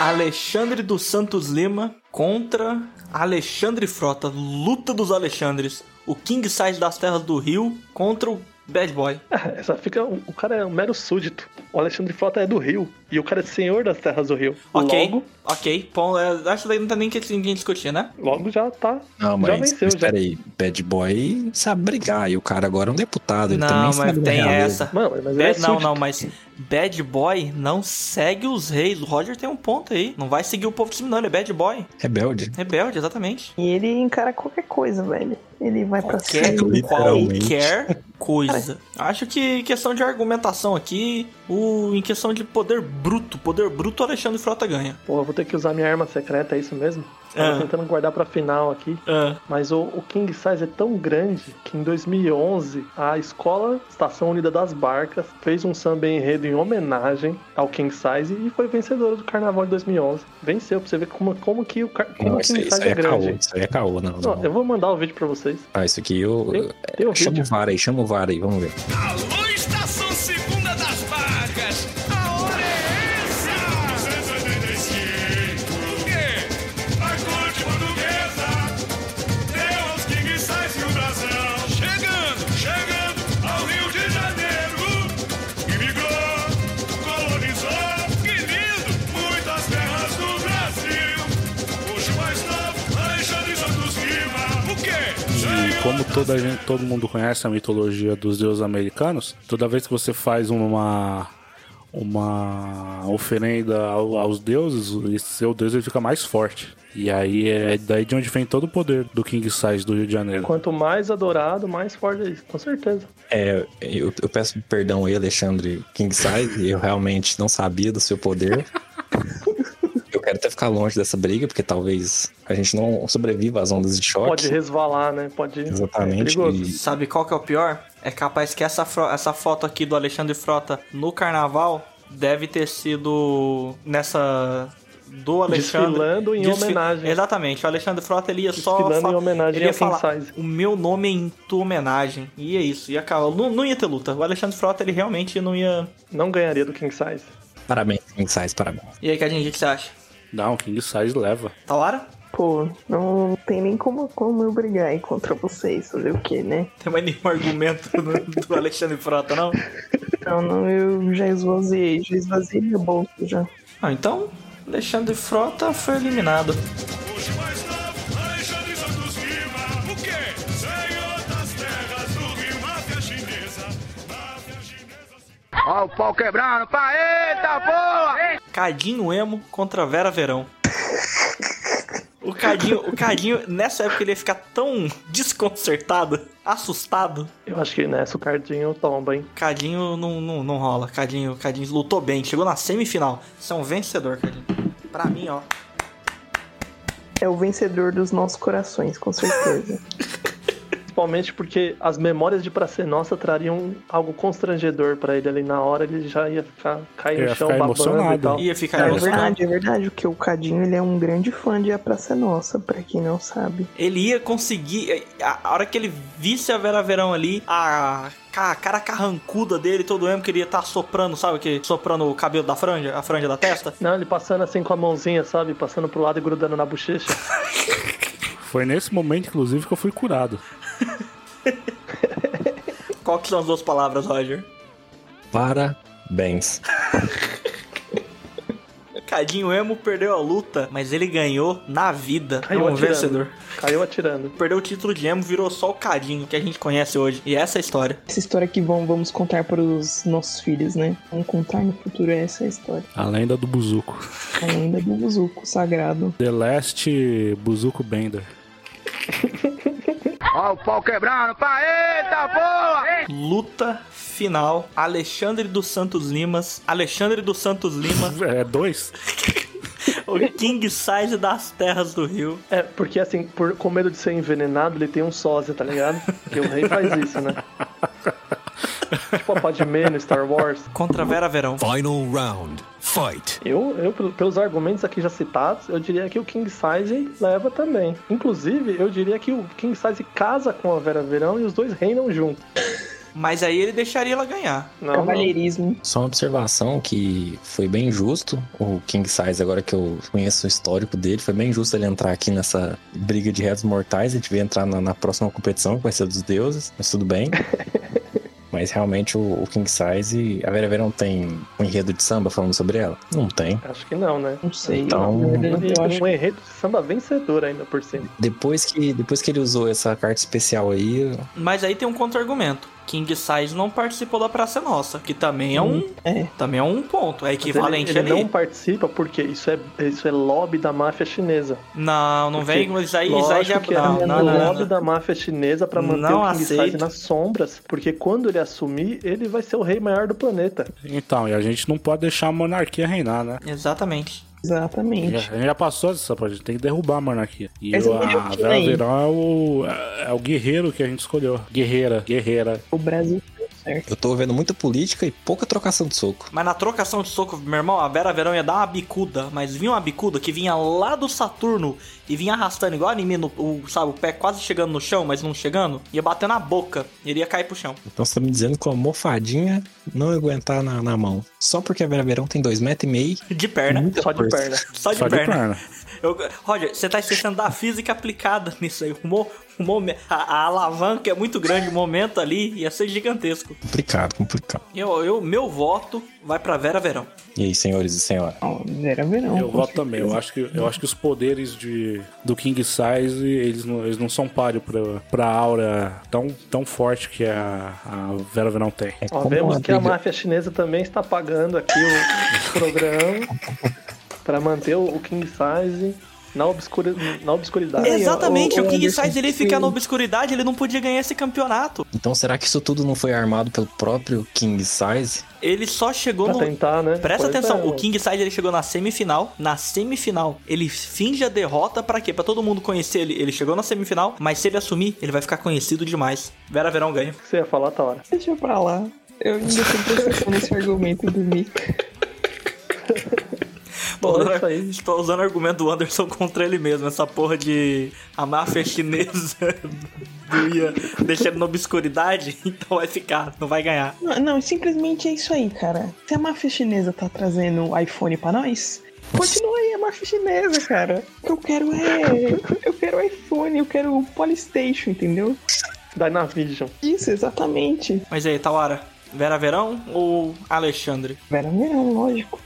Speaker 2: Alexandre dos Santos Lima contra Alexandre Frota, luta dos Alexandres. O King Size das Terras do Rio contra o Bad Boy.
Speaker 3: né? (laughs) Essa fica, o cara é um mero súdito. O Alexandre Frota é do Rio. E o cara é senhor das terras do Rio.
Speaker 2: Ok,
Speaker 3: Logo,
Speaker 2: ok. Bom, é, acho que daí não tá nem que ninguém discutir, né?
Speaker 3: logo já tá.
Speaker 4: Não,
Speaker 3: já
Speaker 4: mas,
Speaker 3: venceu,
Speaker 4: mas
Speaker 3: já.
Speaker 4: peraí, Bad Boy sabe brigar. E o cara agora é um deputado. Ele também
Speaker 2: Não, mas
Speaker 4: sabe
Speaker 2: tem
Speaker 4: ganhar, né?
Speaker 2: essa.
Speaker 3: Mano, mas
Speaker 2: Bad-
Speaker 3: é
Speaker 2: não,
Speaker 3: súdito.
Speaker 2: não, mas Bad Boy não segue os reis. O Roger tem um ponto aí. Não vai seguir o povo de cima, não. Ele é Bad Boy.
Speaker 4: Rebelde.
Speaker 2: Rebelde, exatamente.
Speaker 1: E ele encara qualquer coisa, velho. Ele vai pra
Speaker 2: Quer,
Speaker 1: cima.
Speaker 4: literalmente.
Speaker 2: qualquer coisa. Acho que em questão de argumentação aqui, o, em questão de poder bruto, poder bruto, o Alexandre Frota ganha.
Speaker 3: Pô, eu vou ter que usar minha arma secreta, é isso mesmo?
Speaker 2: Ah.
Speaker 3: Tava tentando guardar pra final aqui.
Speaker 2: Ah,
Speaker 3: Mas o, o King Size é tão grande que em 2011 a escola Estação Unida das Barcas fez um samba enredo em homenagem ao King Size e foi vencedora do carnaval de 2011. Venceu, pra você ver como, como que o, car- como
Speaker 4: Não,
Speaker 3: o
Speaker 4: isso,
Speaker 3: King
Speaker 4: aí- isso
Speaker 3: Size
Speaker 4: aí
Speaker 3: é
Speaker 4: é caô.
Speaker 3: grande.
Speaker 4: Isso aí é caô, não.
Speaker 3: Ó,
Speaker 4: não.
Speaker 3: eu vou mandar o vídeo pra vocês.
Speaker 4: Ah, isso aqui eu.
Speaker 3: Tem, tem o
Speaker 4: Chama
Speaker 3: vídeo.
Speaker 4: o VAR aí, chama o VAR aí, vamos ver.
Speaker 8: Alô, Estação Segunda das Vagas! A hora é essa! Por quê? A corte portuguesa deu aos King Size e o Brasão. Chegando, chegando ao Rio de Janeiro. Imigrou, colonizou, que lindo! Muitas terras do Brasil. Hoje o mais novo, Alexandre Santos Lima. O quê?
Speaker 5: E como toda gente, todo mundo conhece a mitologia dos deuses americanos, toda vez que você faz uma uma oferenda ao- aos deuses, esse seu deus ele fica mais forte. E aí é daí de onde vem todo o poder do King Size do Rio de Janeiro.
Speaker 3: Quanto mais adorado, mais forte é isso, com certeza.
Speaker 4: É, eu, eu peço perdão aí, Alexandre King Size. Eu realmente não sabia do seu poder. Eu quero até ficar longe dessa briga, porque talvez a gente não sobreviva às ondas de choque.
Speaker 3: Pode resvalar, né? Pode.
Speaker 4: Exatamente.
Speaker 3: É perigoso.
Speaker 4: E-
Speaker 2: sabe qual que é o pior? É capaz que essa, fro- essa foto aqui do Alexandre Frota no carnaval deve ter sido nessa. Do Alexandre.
Speaker 3: Desfilando em homenagem.
Speaker 2: Exatamente. O Alexandre Frota ele ia só.
Speaker 3: Desfilando
Speaker 2: fa-
Speaker 3: em homenagem
Speaker 2: ele ia
Speaker 3: a King
Speaker 2: falar,
Speaker 3: Size.
Speaker 2: O meu nome é em tua homenagem. E é isso. E acabou. Não, não ia ter luta. O Alexandre Frota ele realmente não ia.
Speaker 3: Não ganharia do King Size.
Speaker 4: Parabéns, King Size, parabéns.
Speaker 2: E aí, Cadinho, o que que você acha? Tá
Speaker 5: Não, o King Size leva.
Speaker 2: Talara?
Speaker 1: Pô, não tem nem como, como eu brigar aí contra vocês, fazer o quê, né?
Speaker 2: Tem mais nenhum (laughs) argumento do, do Alexandre Frota, não?
Speaker 1: Não, Então, não, eu já esvaziei, já esvaziei meu bolso já.
Speaker 2: Ah, então, Alexandre Frota foi eliminado.
Speaker 8: Hoje mais novo, Alexandre Santos Lima. O quê? Senhor das terras do Rio, máfia chinesa. Máfia chinesa.
Speaker 6: Ó o pau quebrando, pá, eita boa!
Speaker 2: Cadinho Emo contra Vera Verão. O Cadinho, o Cadinho, nessa época ele ia ficar tão desconcertado, assustado.
Speaker 3: Eu acho que nessa o Cardinho tomba, hein?
Speaker 2: Cadinho não, não, não rola. Cadinho, Cadinho lutou bem, chegou na semifinal. Você é um vencedor, Cadinho. Pra mim, ó.
Speaker 1: É o vencedor dos nossos corações, com certeza.
Speaker 4: (laughs)
Speaker 3: Principalmente porque as memórias de Pra Ser Nossa trariam algo constrangedor pra ele ali na hora, ele já ia ficar cair
Speaker 5: Ia
Speaker 3: no chão,
Speaker 5: ficar
Speaker 3: babando e
Speaker 5: emocionado.
Speaker 3: tal.
Speaker 2: Ia ficar
Speaker 1: é
Speaker 2: emocionado.
Speaker 1: verdade, é verdade, porque o Cadinho ele é um grande fã de A Praça é Nossa, pra quem não sabe.
Speaker 2: Ele ia conseguir. eh, A a hora que ele visse a Vera Verão ali, a, ca- a cara carrancuda dele, todo emo, que ele ia estar soprando, sabe? Que soprando o cabelo da franja, a franja da testa.
Speaker 3: Não, ele passando assim com a mãozinha, sabe? Passando pro lado e grudando na bochecha.
Speaker 5: Foi nesse momento, inclusive, que eu fui curado.
Speaker 2: Qual que são as duas palavras, Roger?
Speaker 4: Parabéns.
Speaker 2: Cadinho Emo perdeu a luta, mas ele ganhou na vida. É
Speaker 3: Caiu
Speaker 2: um
Speaker 3: atirando.
Speaker 2: vencedor.
Speaker 3: Caiu atirando.
Speaker 2: Perdeu o título de Emo, virou só o Cadinho que a gente conhece hoje. E essa é a história.
Speaker 1: Essa história que vão, vamos contar para os nossos filhos, né? Vamos contar no futuro é essa história.
Speaker 5: A lenda do Buzuko.
Speaker 1: A lenda do Buzuco sagrado.
Speaker 5: The Last Buzuko Bender.
Speaker 6: Ó o pau quebrando, pá, eita boa!
Speaker 2: Luta final. Alexandre dos Santos Limas. Alexandre dos Santos Lima. (laughs)
Speaker 5: É dois?
Speaker 2: o King Size das Terras do Rio.
Speaker 3: É, porque assim, por, com medo de ser envenenado, ele tem um sósia, tá ligado? Porque o rei faz
Speaker 5: (laughs)
Speaker 3: isso, né? tipo a Padmé no Star Wars.
Speaker 2: Contra Vera Verão.
Speaker 12: Final round. Fight.
Speaker 3: Eu, eu, pelo- pelos argumentos aqui já citados, eu diria que o King Size leva também. Inclusive, eu diria que o King Size casa com a Vera Verão e os dois reinam juntos.
Speaker 2: Mas aí ele deixaria ela ganhar.
Speaker 1: Cavalheirismo.
Speaker 4: Só uma observação que foi bem justo. O King Size, agora que eu conheço o histórico dele, foi bem justo ele entrar aqui nessa briga de retos mortais. A gente vai entrar na, na próxima competição, que vai ser dos deuses, mas tudo bem. Mas realmente o, o King Size, a Vera Vera não tem um enredo de samba falando sobre ela? Não tem.
Speaker 3: Acho que não, né?
Speaker 1: Não sei.
Speaker 4: Então-
Speaker 3: Na verdade,
Speaker 4: Eu acho
Speaker 3: um enredo de samba vencedor ainda por cima.
Speaker 4: Depois que, depois que ele usou essa carta especial aí,
Speaker 2: Mas aí tem um contra-argumento. King Size não participou da Praça é Nossa, que também é um, também é um ponto. É equivalente
Speaker 3: Hum. ele, ele
Speaker 2: ali.
Speaker 3: não participa porque isso é, isso é lobby da máfia chinesa.
Speaker 2: Não, não
Speaker 3: Porque
Speaker 2: vem com isso aí, isso aí
Speaker 3: lógico
Speaker 2: já
Speaker 3: que
Speaker 2: não,
Speaker 3: era
Speaker 2: não,
Speaker 3: um
Speaker 2: não,
Speaker 3: lobby
Speaker 2: não.
Speaker 3: da máfia chinesa pra manter
Speaker 2: Não
Speaker 3: o King Size
Speaker 2: aceito.
Speaker 3: nas sombras, porque quando ele assumir, ele vai ser o rei maior do planeta.
Speaker 5: Então, e a gente não pode deixar a monarquia reinar, né?
Speaker 2: Exatamente.
Speaker 5: Já- A
Speaker 1: Exatamente.
Speaker 5: gente já passou dessa parte, a gente tem que derrubar a monarquia. E
Speaker 1: Esse
Speaker 5: o-
Speaker 1: vídeo
Speaker 5: a
Speaker 1: aqui,
Speaker 5: Vera
Speaker 1: né?
Speaker 5: Verão é o, é o guerreiro que a gente escolheu. Guerreira, guerreira.
Speaker 1: O Brasil deu certo.
Speaker 4: eu tô vendo muita política e pouca trocação de soco.
Speaker 2: Mas na trocação de soco, meu irmão, a Vera Verão ia dar uma bicuda, mas vinha uma bicuda que vinha lá do Saturno e vinha arrastando igual anime, no, o, sabe, o pé quase chegando no chão, mas não chegando, ia bater na boca, ele ia cair pro chão.
Speaker 4: Então você tá me dizendo que uma mofadinha não ia aguentar na, na mão. Só porque a Vera Verão tem dois metros e meio.
Speaker 2: De perna.
Speaker 4: Muita
Speaker 3: Só de
Speaker 4: força.
Speaker 3: perna.
Speaker 2: Só de
Speaker 5: Só de
Speaker 2: perna.
Speaker 5: perna.
Speaker 2: (laughs) Eu- Roger, você tá esquecendo da física aplicada nisso aí. O mo, o momen- a, a alavanca é muito grande, o momento ali ia ser gigantesco.
Speaker 4: Complicado, complicado.
Speaker 2: Eu, eu, meu voto vai pra Vera Verão.
Speaker 4: E aí, senhores e senhoras?
Speaker 1: Não, Vera Verão.
Speaker 5: Eu
Speaker 1: com
Speaker 5: voto
Speaker 1: certeza.
Speaker 5: também. Eu acho que, eu acho que os poderes de, do King Size, eles não, eles não são páreo pra, pra aura tão, tão forte que a, a Vera Verão tem.
Speaker 4: É
Speaker 3: Ó,
Speaker 4: como
Speaker 3: vemos
Speaker 4: uma
Speaker 3: que a
Speaker 4: briga-
Speaker 3: máfia chinesa também está pagando aqui o programa pra manter o o King Size na, obscuri- na obscuridade.
Speaker 2: Exatamente,
Speaker 1: o-
Speaker 2: o,
Speaker 1: o
Speaker 2: King
Speaker 1: Anderson
Speaker 2: Size ele ia
Speaker 1: foi-
Speaker 2: ficar na obscuridade, ele não podia ganhar esse campeonato.
Speaker 4: Então será que isso tudo não foi armado pelo próprio King Size?
Speaker 2: Ele só chegou
Speaker 3: Pra
Speaker 2: no.
Speaker 3: tentar, né?
Speaker 2: Presta
Speaker 3: Pois
Speaker 2: atenção,
Speaker 3: é,
Speaker 2: o King Size ele chegou na semifinal. Na semifinal, ele finge a derrota pra quê? Pra todo mundo conhecer ele. Ele chegou na semifinal, mas se ele assumir, ele vai ficar conhecido demais. Vera Verão
Speaker 3: (laughs)
Speaker 2: ganha.
Speaker 3: o que você ia falar, tá Taora?
Speaker 1: Deixa pra lá. Eu ainda tô processando esse argumento do Mika.
Speaker 2: Tô
Speaker 3: Olha isso aí.
Speaker 2: usando, (laughs) tô usando o argumento do Anderson contra ele mesmo. Essa porra de a máfia chinesa (laughs) do ia deixar ele na obscuridade, (laughs) então vai ficar, não vai ganhar.
Speaker 1: Não, não, simplesmente é isso aí, cara. Se a máfia chinesa tá trazendo o iPhone pra nós, continua aí a máfia chinesa, cara. O que eu quero é. Eu quero iPhone, eu quero o Polystation, entendeu?
Speaker 3: Dynavision.
Speaker 1: Isso, exatamente.
Speaker 2: Mas e aí, Tawara, Vera Verão ou Alexandre?
Speaker 1: Vera Verão, lógico.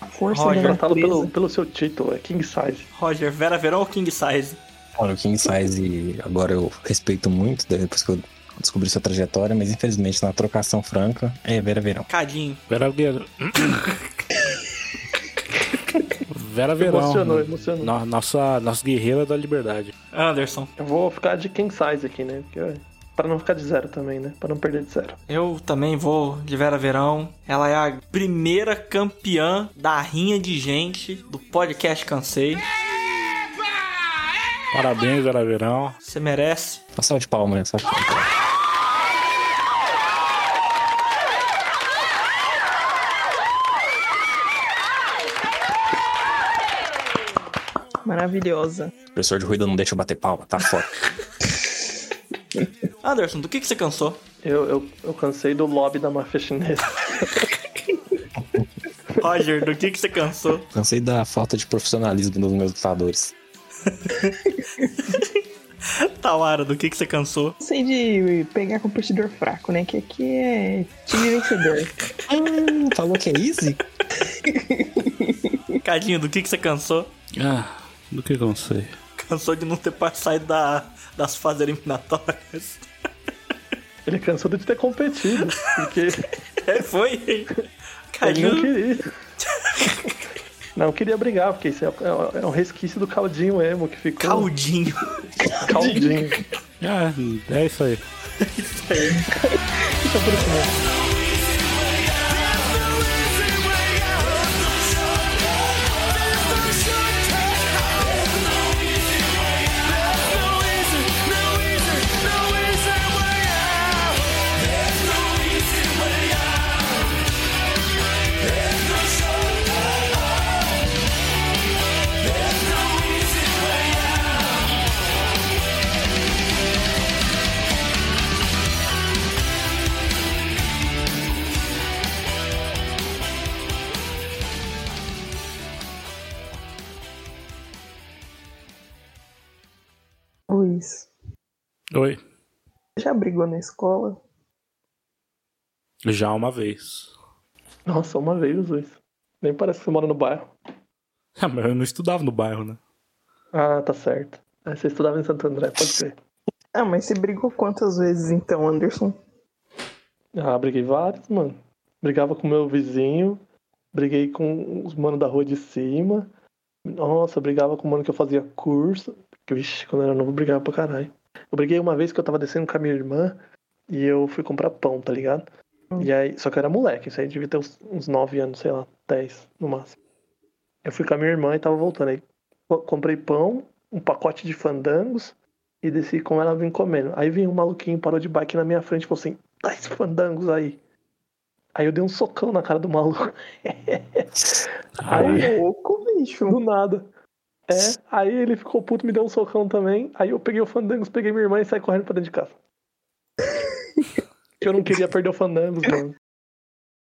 Speaker 1: A força
Speaker 2: Roger,
Speaker 1: da
Speaker 3: Tratá-lo
Speaker 1: natureza.
Speaker 3: pelo, pelo seu título, é King Size.
Speaker 2: Roger, Vera Verão ou King Size?
Speaker 4: Olha, o King Size agora eu respeito muito, depois que eu descobri sua trajetória, mas infelizmente na trocação franca é Vera Verão.
Speaker 2: Cadinho.
Speaker 5: Vera
Speaker 3: (coughs)
Speaker 5: Verão. Vera Verão.
Speaker 3: Emocionou,
Speaker 5: né?
Speaker 3: emocionou.
Speaker 5: No- Nossa, nossa guerreira da liberdade.
Speaker 2: Anderson.
Speaker 3: Eu vou ficar de King Size aqui, né? Porque, ó, pra não ficar de zero também, né? Pra não perder de zero.
Speaker 2: Eu também vou de Vera Verão. Ela é a primeira campeã da rinha de gente do podcast Cansei.
Speaker 5: Parabéns, Vera Verão.
Speaker 2: Você merece.
Speaker 4: Uma salva de palma, né? Só de palma.
Speaker 1: Maravilhosa.
Speaker 4: O professor de ruído não deixa eu bater palma, tá foda.
Speaker 2: Anderson, do que, que você cansou?
Speaker 3: Eu, eu, eu cansei do lobby da máfia chinesa. (laughs)
Speaker 2: Roger, do que, que você cansou?
Speaker 4: Cansei da falta de profissionalismo dos meus lutadores.
Speaker 2: Tawara, do que, que você cansou?
Speaker 1: Sei de pegar competidor fraco, né? Que aqui é time vencedor.
Speaker 4: Hum, falou que é easy?
Speaker 2: Cadinho, do que, que você cansou?
Speaker 5: Ah, do que que eu não sei?
Speaker 2: Cansou de não ter pa- saído da, das fases eliminatórias. (laughs)
Speaker 3: Ele cansou de ter competido, porque
Speaker 2: É, foi. Tá
Speaker 3: ele não
Speaker 2: Cadinho,
Speaker 3: queria. Não queria brigar, porque isso é, é- é um resquício do caldinho emo que ficou.
Speaker 2: caldinho.
Speaker 3: Caldinho.
Speaker 5: Ah, é isso aí.
Speaker 1: Luiz,
Speaker 5: Oi.
Speaker 1: você já brigou na escola?
Speaker 5: Já uma vez. (laughs)
Speaker 3: Nossa, uma vez os dois. Nem parece que você mora no bairro.
Speaker 5: Ah, mas eu não estudava no bairro, né?
Speaker 3: Ah, tá certo. Ah, Você estudava em Santo André, pode crer.
Speaker 1: Ah, mas você brigou quantas vezes então, Anderson?
Speaker 3: Ah, briguei vários, mano. Brigava com meu vizinho, briguei com os manos da rua de cima. Nossa, eu brigava com o mano que eu fazia curso. Que, Vixe, quando eu era novo, eu brigava pra caralho. Eu briguei uma vez que eu tava descendo com a minha irmã e eu fui comprar pão, tá ligado? E aí, só que eu era moleque, isso aí devia ter uns, uns 9 anos, sei lá, 10 no máximo. Eu fui com a minha irmã e tava voltando aí. co- Comprei pão, um pacote de fandangos e desci com ela vim comendo. Aí vinha um maluquinho, parou de bike na minha frente e falou assim: dá esses fandangos aí. Aí eu dei um socão na cara do maluco. (laughs) aí, louco, bicho. Do nada. É, aí ele ficou puto, me deu um socão também. Aí eu peguei o fandangos, (laughs) peguei minha irmã e saí correndo pra dentro de casa. eu não queria perder o fandangos, mano.